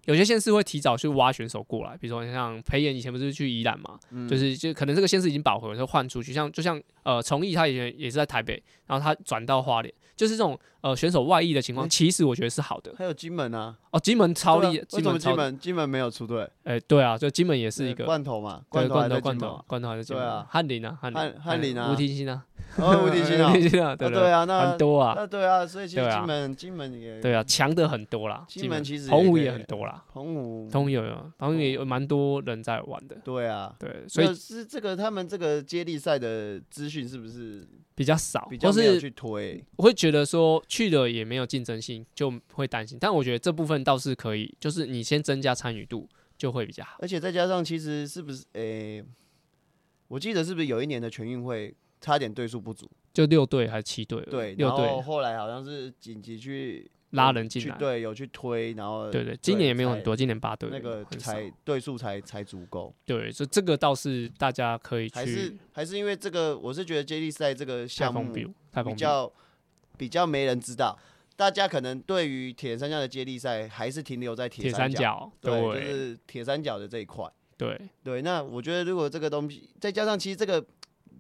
Speaker 1: 有些县市会提早去挖选手过来，比如说像裴岩以前不是去宜兰嘛，
Speaker 2: 嗯
Speaker 1: 就是就可能这个县市已经饱和，就换出去。像就像呃崇义他以前也是在台北，然后他转到花莲，就是这种呃选手外溢的情况，
Speaker 2: 诶
Speaker 1: 其实我觉得是好的。
Speaker 2: 还有金门啊，
Speaker 1: 哦，金门超
Speaker 2: 嗯对啊
Speaker 1: 厉害，
Speaker 2: 为什么
Speaker 1: 超
Speaker 2: 金，门金门没有出队？
Speaker 1: 哎、对啊，就金门也是一个
Speaker 2: 罐头嘛，
Speaker 1: 对，
Speaker 2: 罐头还
Speaker 1: 罐头，
Speaker 2: 在金
Speaker 1: 罐
Speaker 2: 门
Speaker 1: 头
Speaker 2: 嘛，，
Speaker 1: 罐头还是金
Speaker 2: 对
Speaker 1: 门
Speaker 2: 啊，
Speaker 1: 翰林啊，翰林
Speaker 2: 翰，翰林啊
Speaker 1: 吴廷新 啊，
Speaker 2: 哦，无敌星 啊
Speaker 1: 吴，廷新啊，对
Speaker 2: 啊
Speaker 1: 不
Speaker 2: 对
Speaker 1: 对？
Speaker 2: 啊，那
Speaker 1: 很多啊，
Speaker 2: 那对啊，所以其
Speaker 1: 对
Speaker 2: 实
Speaker 1: 啊
Speaker 2: 金门金门也
Speaker 1: 对啊，强的很多啦，
Speaker 2: 金门其实也
Speaker 1: 澎湖
Speaker 2: 可以
Speaker 1: 也很多啦，
Speaker 2: 澎湖
Speaker 1: 澎湖也有，澎湖也有蛮多人在玩的，
Speaker 2: 对啊，
Speaker 1: 对，所
Speaker 2: 所
Speaker 1: 以
Speaker 2: 以是这个他们这个接力赛的资讯是不是
Speaker 1: 比较少
Speaker 2: 比，较
Speaker 1: 哦或
Speaker 2: 没有
Speaker 1: 是
Speaker 2: 去推？
Speaker 1: 我会觉得说去了也没有竞争性，就会担心。但我觉得这部分倒是可以，就是你先增加参与度就会比较好。
Speaker 2: 而且再加上其实是不是诶、我记得是不是有一年的全运会差点队数不足？
Speaker 1: 就六队还是七队而已？
Speaker 2: 对，
Speaker 1: 六
Speaker 2: 然
Speaker 1: 队
Speaker 2: 后后来好像是紧急去
Speaker 1: 拉人进
Speaker 2: 去
Speaker 1: 来，
Speaker 2: 对，有去推，然后
Speaker 1: 对对，今年也没有很
Speaker 2: 才
Speaker 1: 多，今年八队
Speaker 2: 那个
Speaker 1: 很少
Speaker 2: 才对数才才足够，
Speaker 1: 对，所以这个倒是大家可以
Speaker 2: 还是
Speaker 1: 去
Speaker 2: 还是因为这个，我是觉得接力赛这个
Speaker 1: 太
Speaker 2: 项
Speaker 1: 封
Speaker 2: 目
Speaker 1: 闭了，太封
Speaker 2: 比
Speaker 1: 闭了。
Speaker 2: 较比较没人知道，大家可能对于铁人三项的接力赛还是停留在
Speaker 1: 铁
Speaker 2: 铁
Speaker 1: 三
Speaker 2: 三角，
Speaker 1: 角，
Speaker 2: 对，
Speaker 1: 对，
Speaker 2: 就是铁三角的这一块。
Speaker 1: 对
Speaker 2: 对，那我觉得如果这个东西再加上，其实这个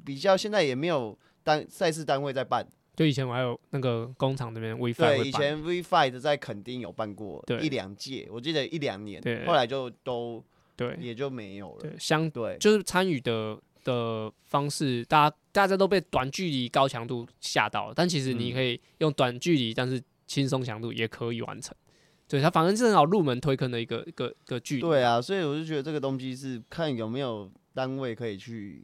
Speaker 2: 比较现在也没有单赛事单位在办，
Speaker 1: 就以前我还有那个工厂这边 WiFi
Speaker 2: 对，
Speaker 1: 会
Speaker 2: 以
Speaker 1: 办
Speaker 2: 前 V Five 在垦丁有办过
Speaker 1: 对
Speaker 2: 一两届，我记得一两年
Speaker 1: 对，
Speaker 2: 后来就都
Speaker 1: 对
Speaker 2: 也就没有了。
Speaker 1: 对相
Speaker 2: 对，
Speaker 1: 就是参与的的方式，大家大家都被短距离高强度吓到了，但其实你
Speaker 2: 嗯
Speaker 1: 可以用短距离，但是轻松强度也可以完成。对，它反正是很好入门推坑的一个一个一个距离。
Speaker 2: 对啊，所以我就觉得这个东西是看有没有单位可以去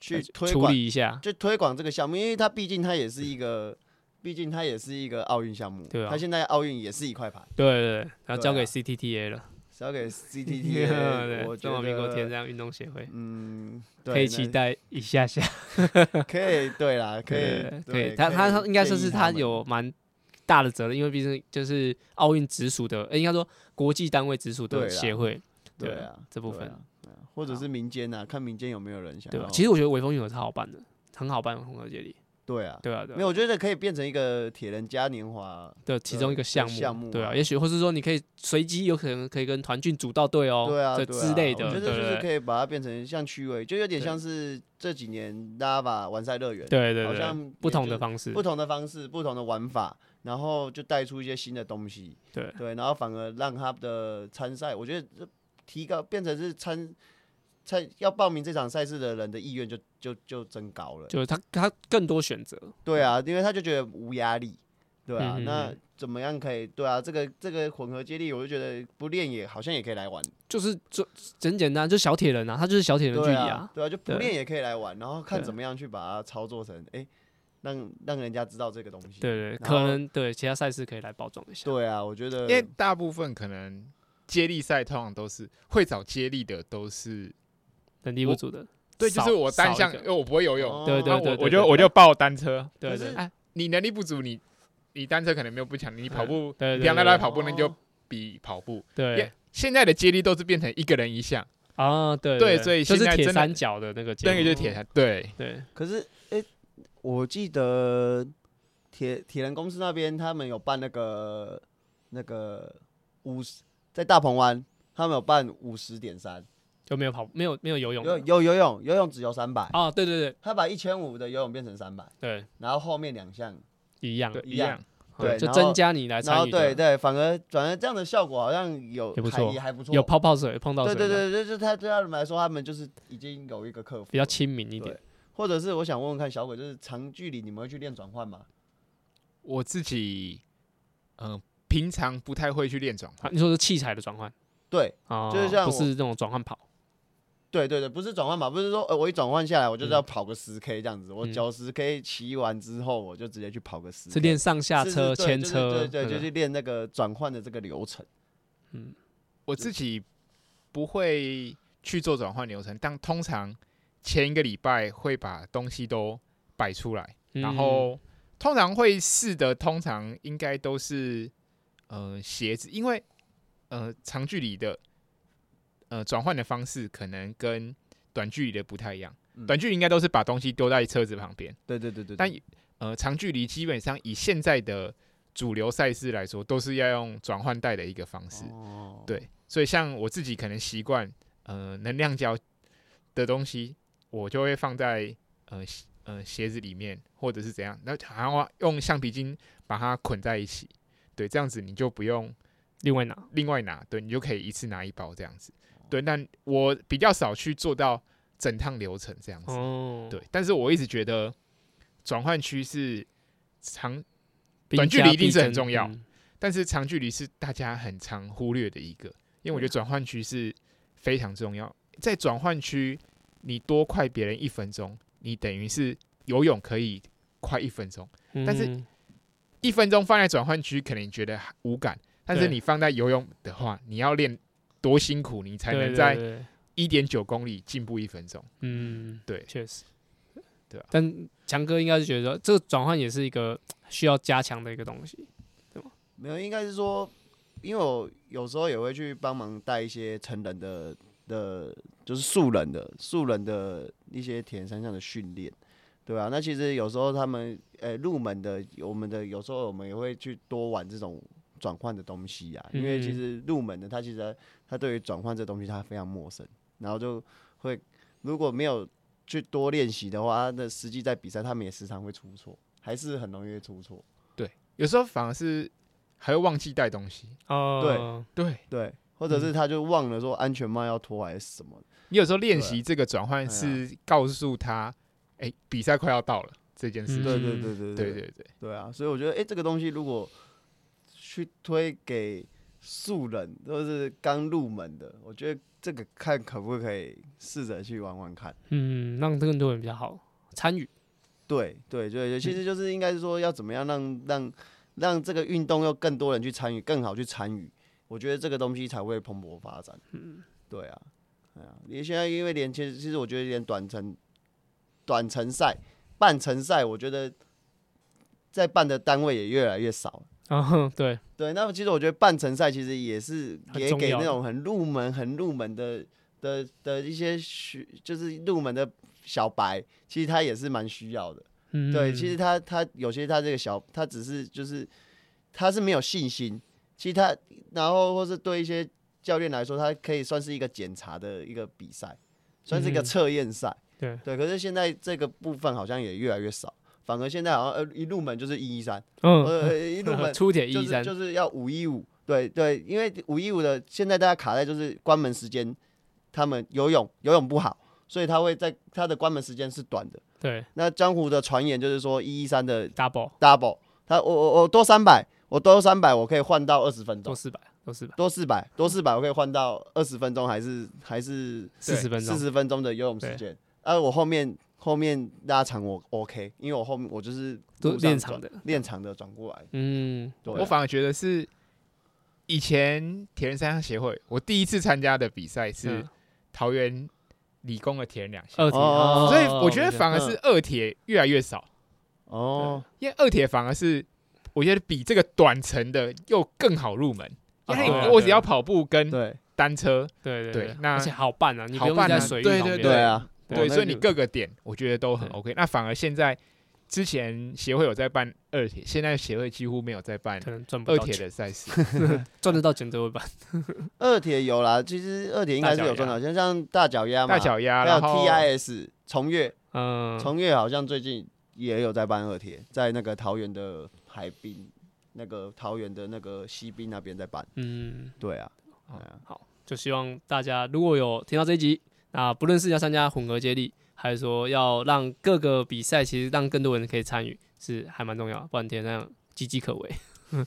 Speaker 2: 去推
Speaker 1: 呃处
Speaker 2: 广，
Speaker 1: 理一下，
Speaker 2: 就推广这个项目，因为它毕竟它也是一个，毕竟它也是一个奥运项目，
Speaker 1: 对啊
Speaker 2: 它现在奥运也是一块牌，
Speaker 1: 对对对，然后
Speaker 2: 对
Speaker 1: 交给
Speaker 2: 啊
Speaker 1: CTTA 了，
Speaker 2: 只要给
Speaker 1: 对
Speaker 2: CTT，我觉
Speaker 1: 中华民国
Speaker 2: 得
Speaker 1: 天山运动协会
Speaker 2: 嗯，对
Speaker 1: 可以期
Speaker 2: 那
Speaker 1: 待一下下。
Speaker 2: 可以，对啦，可以
Speaker 1: 对，
Speaker 2: 对
Speaker 1: 对，他他他应该算是他
Speaker 2: 建议
Speaker 1: 有蛮大的责任，因为毕竟就是奥运直属的，呃应该说国际单位直属的
Speaker 2: 对啦
Speaker 1: 协会，
Speaker 2: 们对啊
Speaker 1: 这部分
Speaker 2: 对啊对啊或者是民间啊，看民间有没有人想
Speaker 1: 对
Speaker 2: 要
Speaker 1: 吧？其实我觉得微风运河是好办的，很好办，混合接力，
Speaker 2: 对啊，
Speaker 1: 对啊，对啊
Speaker 2: 没有，我觉得可以变成一个铁人嘉年华。
Speaker 1: 的其中一个项目，
Speaker 2: 呃项目
Speaker 1: 对啊，
Speaker 2: 啊
Speaker 1: 也许或是说你可以随机，有可能可以跟团俊组到队哦，
Speaker 2: 对啊，
Speaker 1: 这
Speaker 2: 对啊
Speaker 1: 之类的，
Speaker 2: 我觉
Speaker 1: 对
Speaker 2: 得就是
Speaker 1: 对
Speaker 2: 可以把它变成像趣味，就有点像是这几年 Lava 玩赛乐园，
Speaker 1: 对对
Speaker 2: 好
Speaker 1: 对
Speaker 2: 像
Speaker 1: 对
Speaker 2: 也，
Speaker 1: 不同
Speaker 2: 就
Speaker 1: 的方式
Speaker 2: 不，同的方式、不同的玩法，然后就带出一些新的东西。
Speaker 1: 对
Speaker 2: 对，然后反而让他的参赛，我觉得这提高变成是参参要报名这场赛事的人的意愿就就就增高了。
Speaker 1: 就是他他更多选择，
Speaker 2: 对啊，因为他就觉得无压力。对啊，
Speaker 1: 嗯嗯嗯
Speaker 2: 那怎么样可以？对啊，这个这个混合接力，我就觉得不练也好像也可以来玩。
Speaker 1: 就是就很简单，就小铁人啊，他就是小铁人距
Speaker 2: 对
Speaker 1: 离
Speaker 2: 啊
Speaker 1: 啊，，
Speaker 2: 对啊，就不
Speaker 1: 对
Speaker 2: 练也可以来玩，然后看
Speaker 1: 对
Speaker 2: 怎么样去把它操作成，哎、让让人家知道这个东西。
Speaker 1: 对对，
Speaker 2: 然后
Speaker 1: 可能对其他赛事可以来包装一下，
Speaker 2: 对啊，我觉得
Speaker 3: 因为大部分可能接力赛通常都是会找接力的，都是
Speaker 1: 等力不足的，
Speaker 3: 对，就
Speaker 1: 少
Speaker 3: 是我单项，
Speaker 1: 少一
Speaker 3: 因
Speaker 1: 个
Speaker 3: 为我不会游泳，
Speaker 2: 哦
Speaker 1: 对对
Speaker 3: 那
Speaker 1: 对
Speaker 3: 我
Speaker 1: 对
Speaker 3: 我就我就报单车。
Speaker 1: 对对
Speaker 2: 可是
Speaker 3: 哎，你能力不足，你你单车可能没有不强，你跑步，
Speaker 1: 对
Speaker 3: 你
Speaker 1: 对
Speaker 3: 平常在那
Speaker 1: 对
Speaker 3: 跑步，那就
Speaker 2: 哦
Speaker 3: 比跑步。因
Speaker 1: 对
Speaker 3: 为现在的接力都是变成一个人一项，
Speaker 1: 啊，对
Speaker 3: 对所以
Speaker 1: 就是
Speaker 3: 现在
Speaker 1: 铁
Speaker 3: 真的
Speaker 1: 三角的那个节
Speaker 3: 那个
Speaker 1: 目，
Speaker 3: 就是铁三。对，
Speaker 1: 对
Speaker 2: 可是，哎、我记得铁铁人公司那边他们有办那个那个五十，在大鹏湾他们有办五十点三，
Speaker 1: 就没有跑，没有没有游泳的
Speaker 2: 有有游泳，游泳只游三百，
Speaker 1: 啊，对对对
Speaker 2: 他把一千五的游泳变成三百，
Speaker 1: 对，
Speaker 2: 然后后面两项，
Speaker 1: 一样，嗯
Speaker 3: 对，
Speaker 2: 一
Speaker 3: 一
Speaker 2: 样
Speaker 3: 样。
Speaker 2: 对
Speaker 1: 就
Speaker 2: 然后
Speaker 1: 增加你来
Speaker 2: 然后
Speaker 1: 参与
Speaker 2: 对
Speaker 1: 的，
Speaker 2: 对，反而反而这样的效果好像有
Speaker 1: 也不
Speaker 2: 还
Speaker 1: 错
Speaker 2: 还不错，
Speaker 1: 有泡泡水碰到
Speaker 2: 对
Speaker 1: 水，
Speaker 2: 对，对，对就是他对他们来说，他们就是已经有一个克服
Speaker 1: 比较亲民一
Speaker 2: 一
Speaker 1: 点。。
Speaker 2: 或者是我想问问看小鬼，就是长距离你们会去练转换吗？
Speaker 3: 我自己，嗯，平常不太会去练转
Speaker 1: 啊
Speaker 3: 换，
Speaker 1: 你说是器材的转换
Speaker 2: 对，
Speaker 1: 啊，
Speaker 2: 就是像
Speaker 1: 不
Speaker 2: 我
Speaker 1: 是那种转换跑，
Speaker 2: 对对对，不是转换嘛，不是说呃我一转换下来我就是要跑个十 K 这样子，我
Speaker 1: 嗯
Speaker 2: 九十 K 骑完之后我就直接去跑个十，
Speaker 1: 是练上下
Speaker 2: 是是
Speaker 1: 车、
Speaker 2: 嗯对
Speaker 1: 牵
Speaker 2: 就是
Speaker 1: 车，
Speaker 2: 对对，
Speaker 1: 那
Speaker 2: 就
Speaker 1: 个
Speaker 2: 是练那个转换的这个流程。
Speaker 3: 我自己不会去做转换流程，但通常前一个礼拜会把东西都摆出来，
Speaker 1: 嗯
Speaker 3: 然后通常会试的，通常应该都是呃鞋子，因为呃长距离的呃转换的方式可能跟短距离的不太一样
Speaker 2: 嗯，
Speaker 3: 短距离应该都是把东西丢在车子旁边，
Speaker 2: 对对对对，
Speaker 3: 但呃长距离基本上以现在的主流赛事来说，都是要用转换带的一个方式。
Speaker 2: 哦，
Speaker 3: 对，所以像我自己可能习惯，呃，能量胶的东西，我就会放在呃鞋呃鞋子里面，或者是怎样，那然后用橡皮筋把它捆在一起，对，这样子你就不用
Speaker 1: 另外拿，
Speaker 3: 另外拿，对你就可以一次拿一包这样子，对，但我比较少去做到整趟流程这样子，
Speaker 1: 哦，
Speaker 3: 对，但是我一直觉得转换区是长，
Speaker 1: 兵
Speaker 3: 短距
Speaker 1: 家
Speaker 3: 离一定
Speaker 1: 必
Speaker 3: 是很
Speaker 1: 争
Speaker 3: 重要
Speaker 1: 嗯
Speaker 3: 但是长距离是大家很常忽略的一个，因为我觉得转换区是非常重要。在转换区，你多快别人一分钟，你等于是游泳可以快一分钟，但是
Speaker 1: 嗯
Speaker 3: 一分钟放在转换区可能你觉得无感，但是
Speaker 1: 对
Speaker 3: 你放在游泳的话，你要练多辛苦，你才
Speaker 1: 对
Speaker 3: 能
Speaker 1: 对
Speaker 3: 在
Speaker 1: 对
Speaker 3: 一点九公里进步一分钟。
Speaker 1: 嗯，
Speaker 3: 对
Speaker 1: 确实，
Speaker 3: 对啊
Speaker 1: 但强哥应该是觉得这个转换也是一个需要加强的一个东西，
Speaker 2: 没有，应该是说，因为我有时候也会去帮忙带一些成人的的，就是素人的素人的一些田山上的训练，对吧、那其实有时候他们呃入门的，我们的有时候我们也会去多玩这种转换的东西啊，因为其
Speaker 1: 嗯
Speaker 2: 实入门的他其实他对于转换这东西他非常陌生，然后就会如果没有去多练习的话，啊那实际在比赛他们也时常会出错，还是很容易会出错，
Speaker 3: 有时候反而是还会忘记带东西。
Speaker 1: 哦，
Speaker 3: 对
Speaker 2: 对，或者是他就忘了说安全帽要脱还是什么的，
Speaker 3: 你有时候练
Speaker 2: 对啊
Speaker 3: 习这个转换
Speaker 2: 啊
Speaker 3: 是告诉他，哎、比赛快要到了这件事
Speaker 1: 嗯
Speaker 3: 情。
Speaker 2: 对对对对
Speaker 3: 对
Speaker 2: 对
Speaker 3: 对对。
Speaker 2: 对啊！所以我觉得，哎、这个东西如果去推给素人或是刚入门的，我觉得这个看可不可以试着去玩玩看。
Speaker 1: 嗯，让更多人比较好参与，
Speaker 2: 对对对
Speaker 1: 嗯
Speaker 2: 对，其实就是应该是说要怎么样让让让这个运动要更多人去参与，更好去参与，我觉得这个东西才会蓬勃发展。嗯，对啊，哎呀、因为现在因为连其实其实我觉得连短程短程赛、半程赛，我觉得在办的单位也越来越少了。
Speaker 1: 啊，对，
Speaker 2: 对，那么其实我觉得半程赛其实也是
Speaker 1: 很
Speaker 2: 也
Speaker 1: 重
Speaker 2: 给
Speaker 1: 要
Speaker 2: 那
Speaker 1: 的
Speaker 2: 种很入门、很入门的的的一些需，就是入门的小白，其实他也是蛮需要的。
Speaker 1: 嗯
Speaker 2: 对，其实他他有些他这个小，他只是就是他是没有信心。其实他然后或是对一些教练来说，他可以算是一个检查的一个比赛，算是一个
Speaker 1: 嗯
Speaker 2: 测验赛。
Speaker 1: 对
Speaker 2: 对，可是现在这个部分好像也越来越少，反而现在好像呃一入门就是一一三，
Speaker 1: 嗯，
Speaker 2: 呃一入 门
Speaker 1: 出点
Speaker 2: 就
Speaker 1: 一
Speaker 2: 是
Speaker 1: 三，
Speaker 2: 就是要五一五，对对，因为五一五的现在大家卡在就是关门时间，他们游泳游泳不好，所以他会在他的关门时间是短的。
Speaker 1: 对
Speaker 2: 那江湖的传言就是说一一三的
Speaker 1: ，double
Speaker 2: double，他我我我多三百，我多三百，我可以换到二十分
Speaker 1: 都
Speaker 2: 钟，
Speaker 1: 四百，都四百，
Speaker 2: 多四百多四百，我可以换到二十分钟，还是还是
Speaker 1: 四十分钟
Speaker 2: 四，十分钟的游泳时间。啊，我后面后面拉长我 OK，因为我后面我就是
Speaker 1: 都
Speaker 2: 路上
Speaker 1: 练长
Speaker 2: 转
Speaker 1: 的
Speaker 2: 练长的转过来。
Speaker 1: 嗯，
Speaker 2: 对啊
Speaker 3: 我反而觉得是以前铁人三项协会，我第一次参加的比赛是
Speaker 1: 嗯
Speaker 3: 桃园理工的铁人两项，
Speaker 1: 二题，
Speaker 2: 哦
Speaker 3: 所以我觉得
Speaker 1: 反
Speaker 3: 反而是二铁越来越少，
Speaker 2: 哦，
Speaker 3: 因为二铁反而是我觉得比这个短程的又更好入门，因为
Speaker 1: 哦
Speaker 3: 你我只要跑步跟
Speaker 2: 啊对
Speaker 3: 单车，
Speaker 1: 对
Speaker 3: 对
Speaker 1: 对，
Speaker 3: 那
Speaker 1: 而且好办啊，你不用
Speaker 3: 好办
Speaker 1: 在
Speaker 3: 啊
Speaker 1: 水域
Speaker 3: 对
Speaker 1: 旁
Speaker 3: 对
Speaker 1: 边
Speaker 2: 对啊，
Speaker 1: 对
Speaker 2: 哦
Speaker 3: 对，
Speaker 2: 那
Speaker 3: 所以你
Speaker 2: 就
Speaker 3: 各个点我觉得都很
Speaker 1: 对
Speaker 3: OK。那反而现在之前协会有在办二铁，现在协会几乎没有在办
Speaker 1: 可能赚不
Speaker 3: 二
Speaker 1: 到
Speaker 3: 铁
Speaker 1: 钱，
Speaker 3: 的赛事。
Speaker 1: 赚得到钱都会办，
Speaker 2: 二铁有啦，其实二铁应该是有赚到，像像大脚丫嘛，
Speaker 3: 大脚丫，
Speaker 2: 还有
Speaker 3: 然后
Speaker 2: TIS 从越，
Speaker 1: 嗯，
Speaker 2: 从越好像最近也有在办二铁，在那个桃园的海滨，那个桃园的那个西滨那边在办。
Speaker 1: 嗯，
Speaker 2: 对啊，
Speaker 3: 哦
Speaker 2: 对啊
Speaker 1: 就希望大家如果有听到这一集，啊，不论是要参加混合接力，还是说要让各个比赛，其实让更多人可以参与，是还蛮重要的，不然天那样岌岌可危。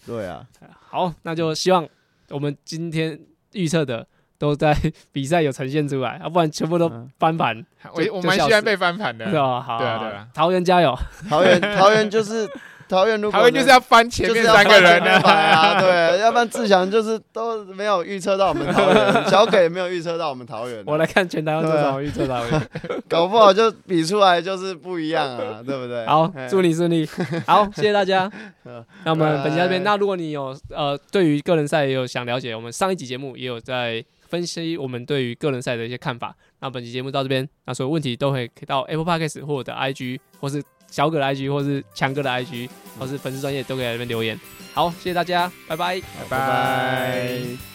Speaker 2: 对啊，
Speaker 1: 好，那就希望我们今天预测的都在比赛有呈现出来，要、啊不然全部都
Speaker 2: 嗯
Speaker 1: 翻盘，
Speaker 3: 我
Speaker 1: 就
Speaker 3: 我
Speaker 1: 就
Speaker 3: 蛮
Speaker 1: 笑
Speaker 3: 喜欢
Speaker 1: 死
Speaker 3: 被翻盘
Speaker 1: 对
Speaker 3: 的，
Speaker 1: 吧？好，
Speaker 3: 对啊
Speaker 1: 好
Speaker 3: 对啊
Speaker 1: 桃园加油！
Speaker 2: 桃园桃园 就是桃园，如果
Speaker 3: 他们就是要翻前面三个人
Speaker 2: 呢，
Speaker 3: 呢。
Speaker 2: 啊，对，要不然志祥就是都没有预测到我们桃园，小给也没有预测到我们桃园啊，
Speaker 1: 我来看全台湾多少人预测桃园。
Speaker 2: 搞不好就比出来就是不一样啊，对不对？
Speaker 1: 好，
Speaker 2: 嘿
Speaker 1: 祝你顺 利。好，谢谢大家。
Speaker 2: 嗯
Speaker 1: 那我们本期到这边。
Speaker 2: 拜拜
Speaker 1: 那如果你有呃对于个人赛也有想了解，我们上一集节目也有在分析我们对于个人赛的一些看法。那本期节目到这边，那所有问题都会到 Apple Podcast 或我的 IG，或是小葛的 IG，或是强哥的 IG，或是粉丝专业都可以在那边留言。好，谢谢大家，拜拜。
Speaker 2: 拜
Speaker 3: 拜
Speaker 2: 拜。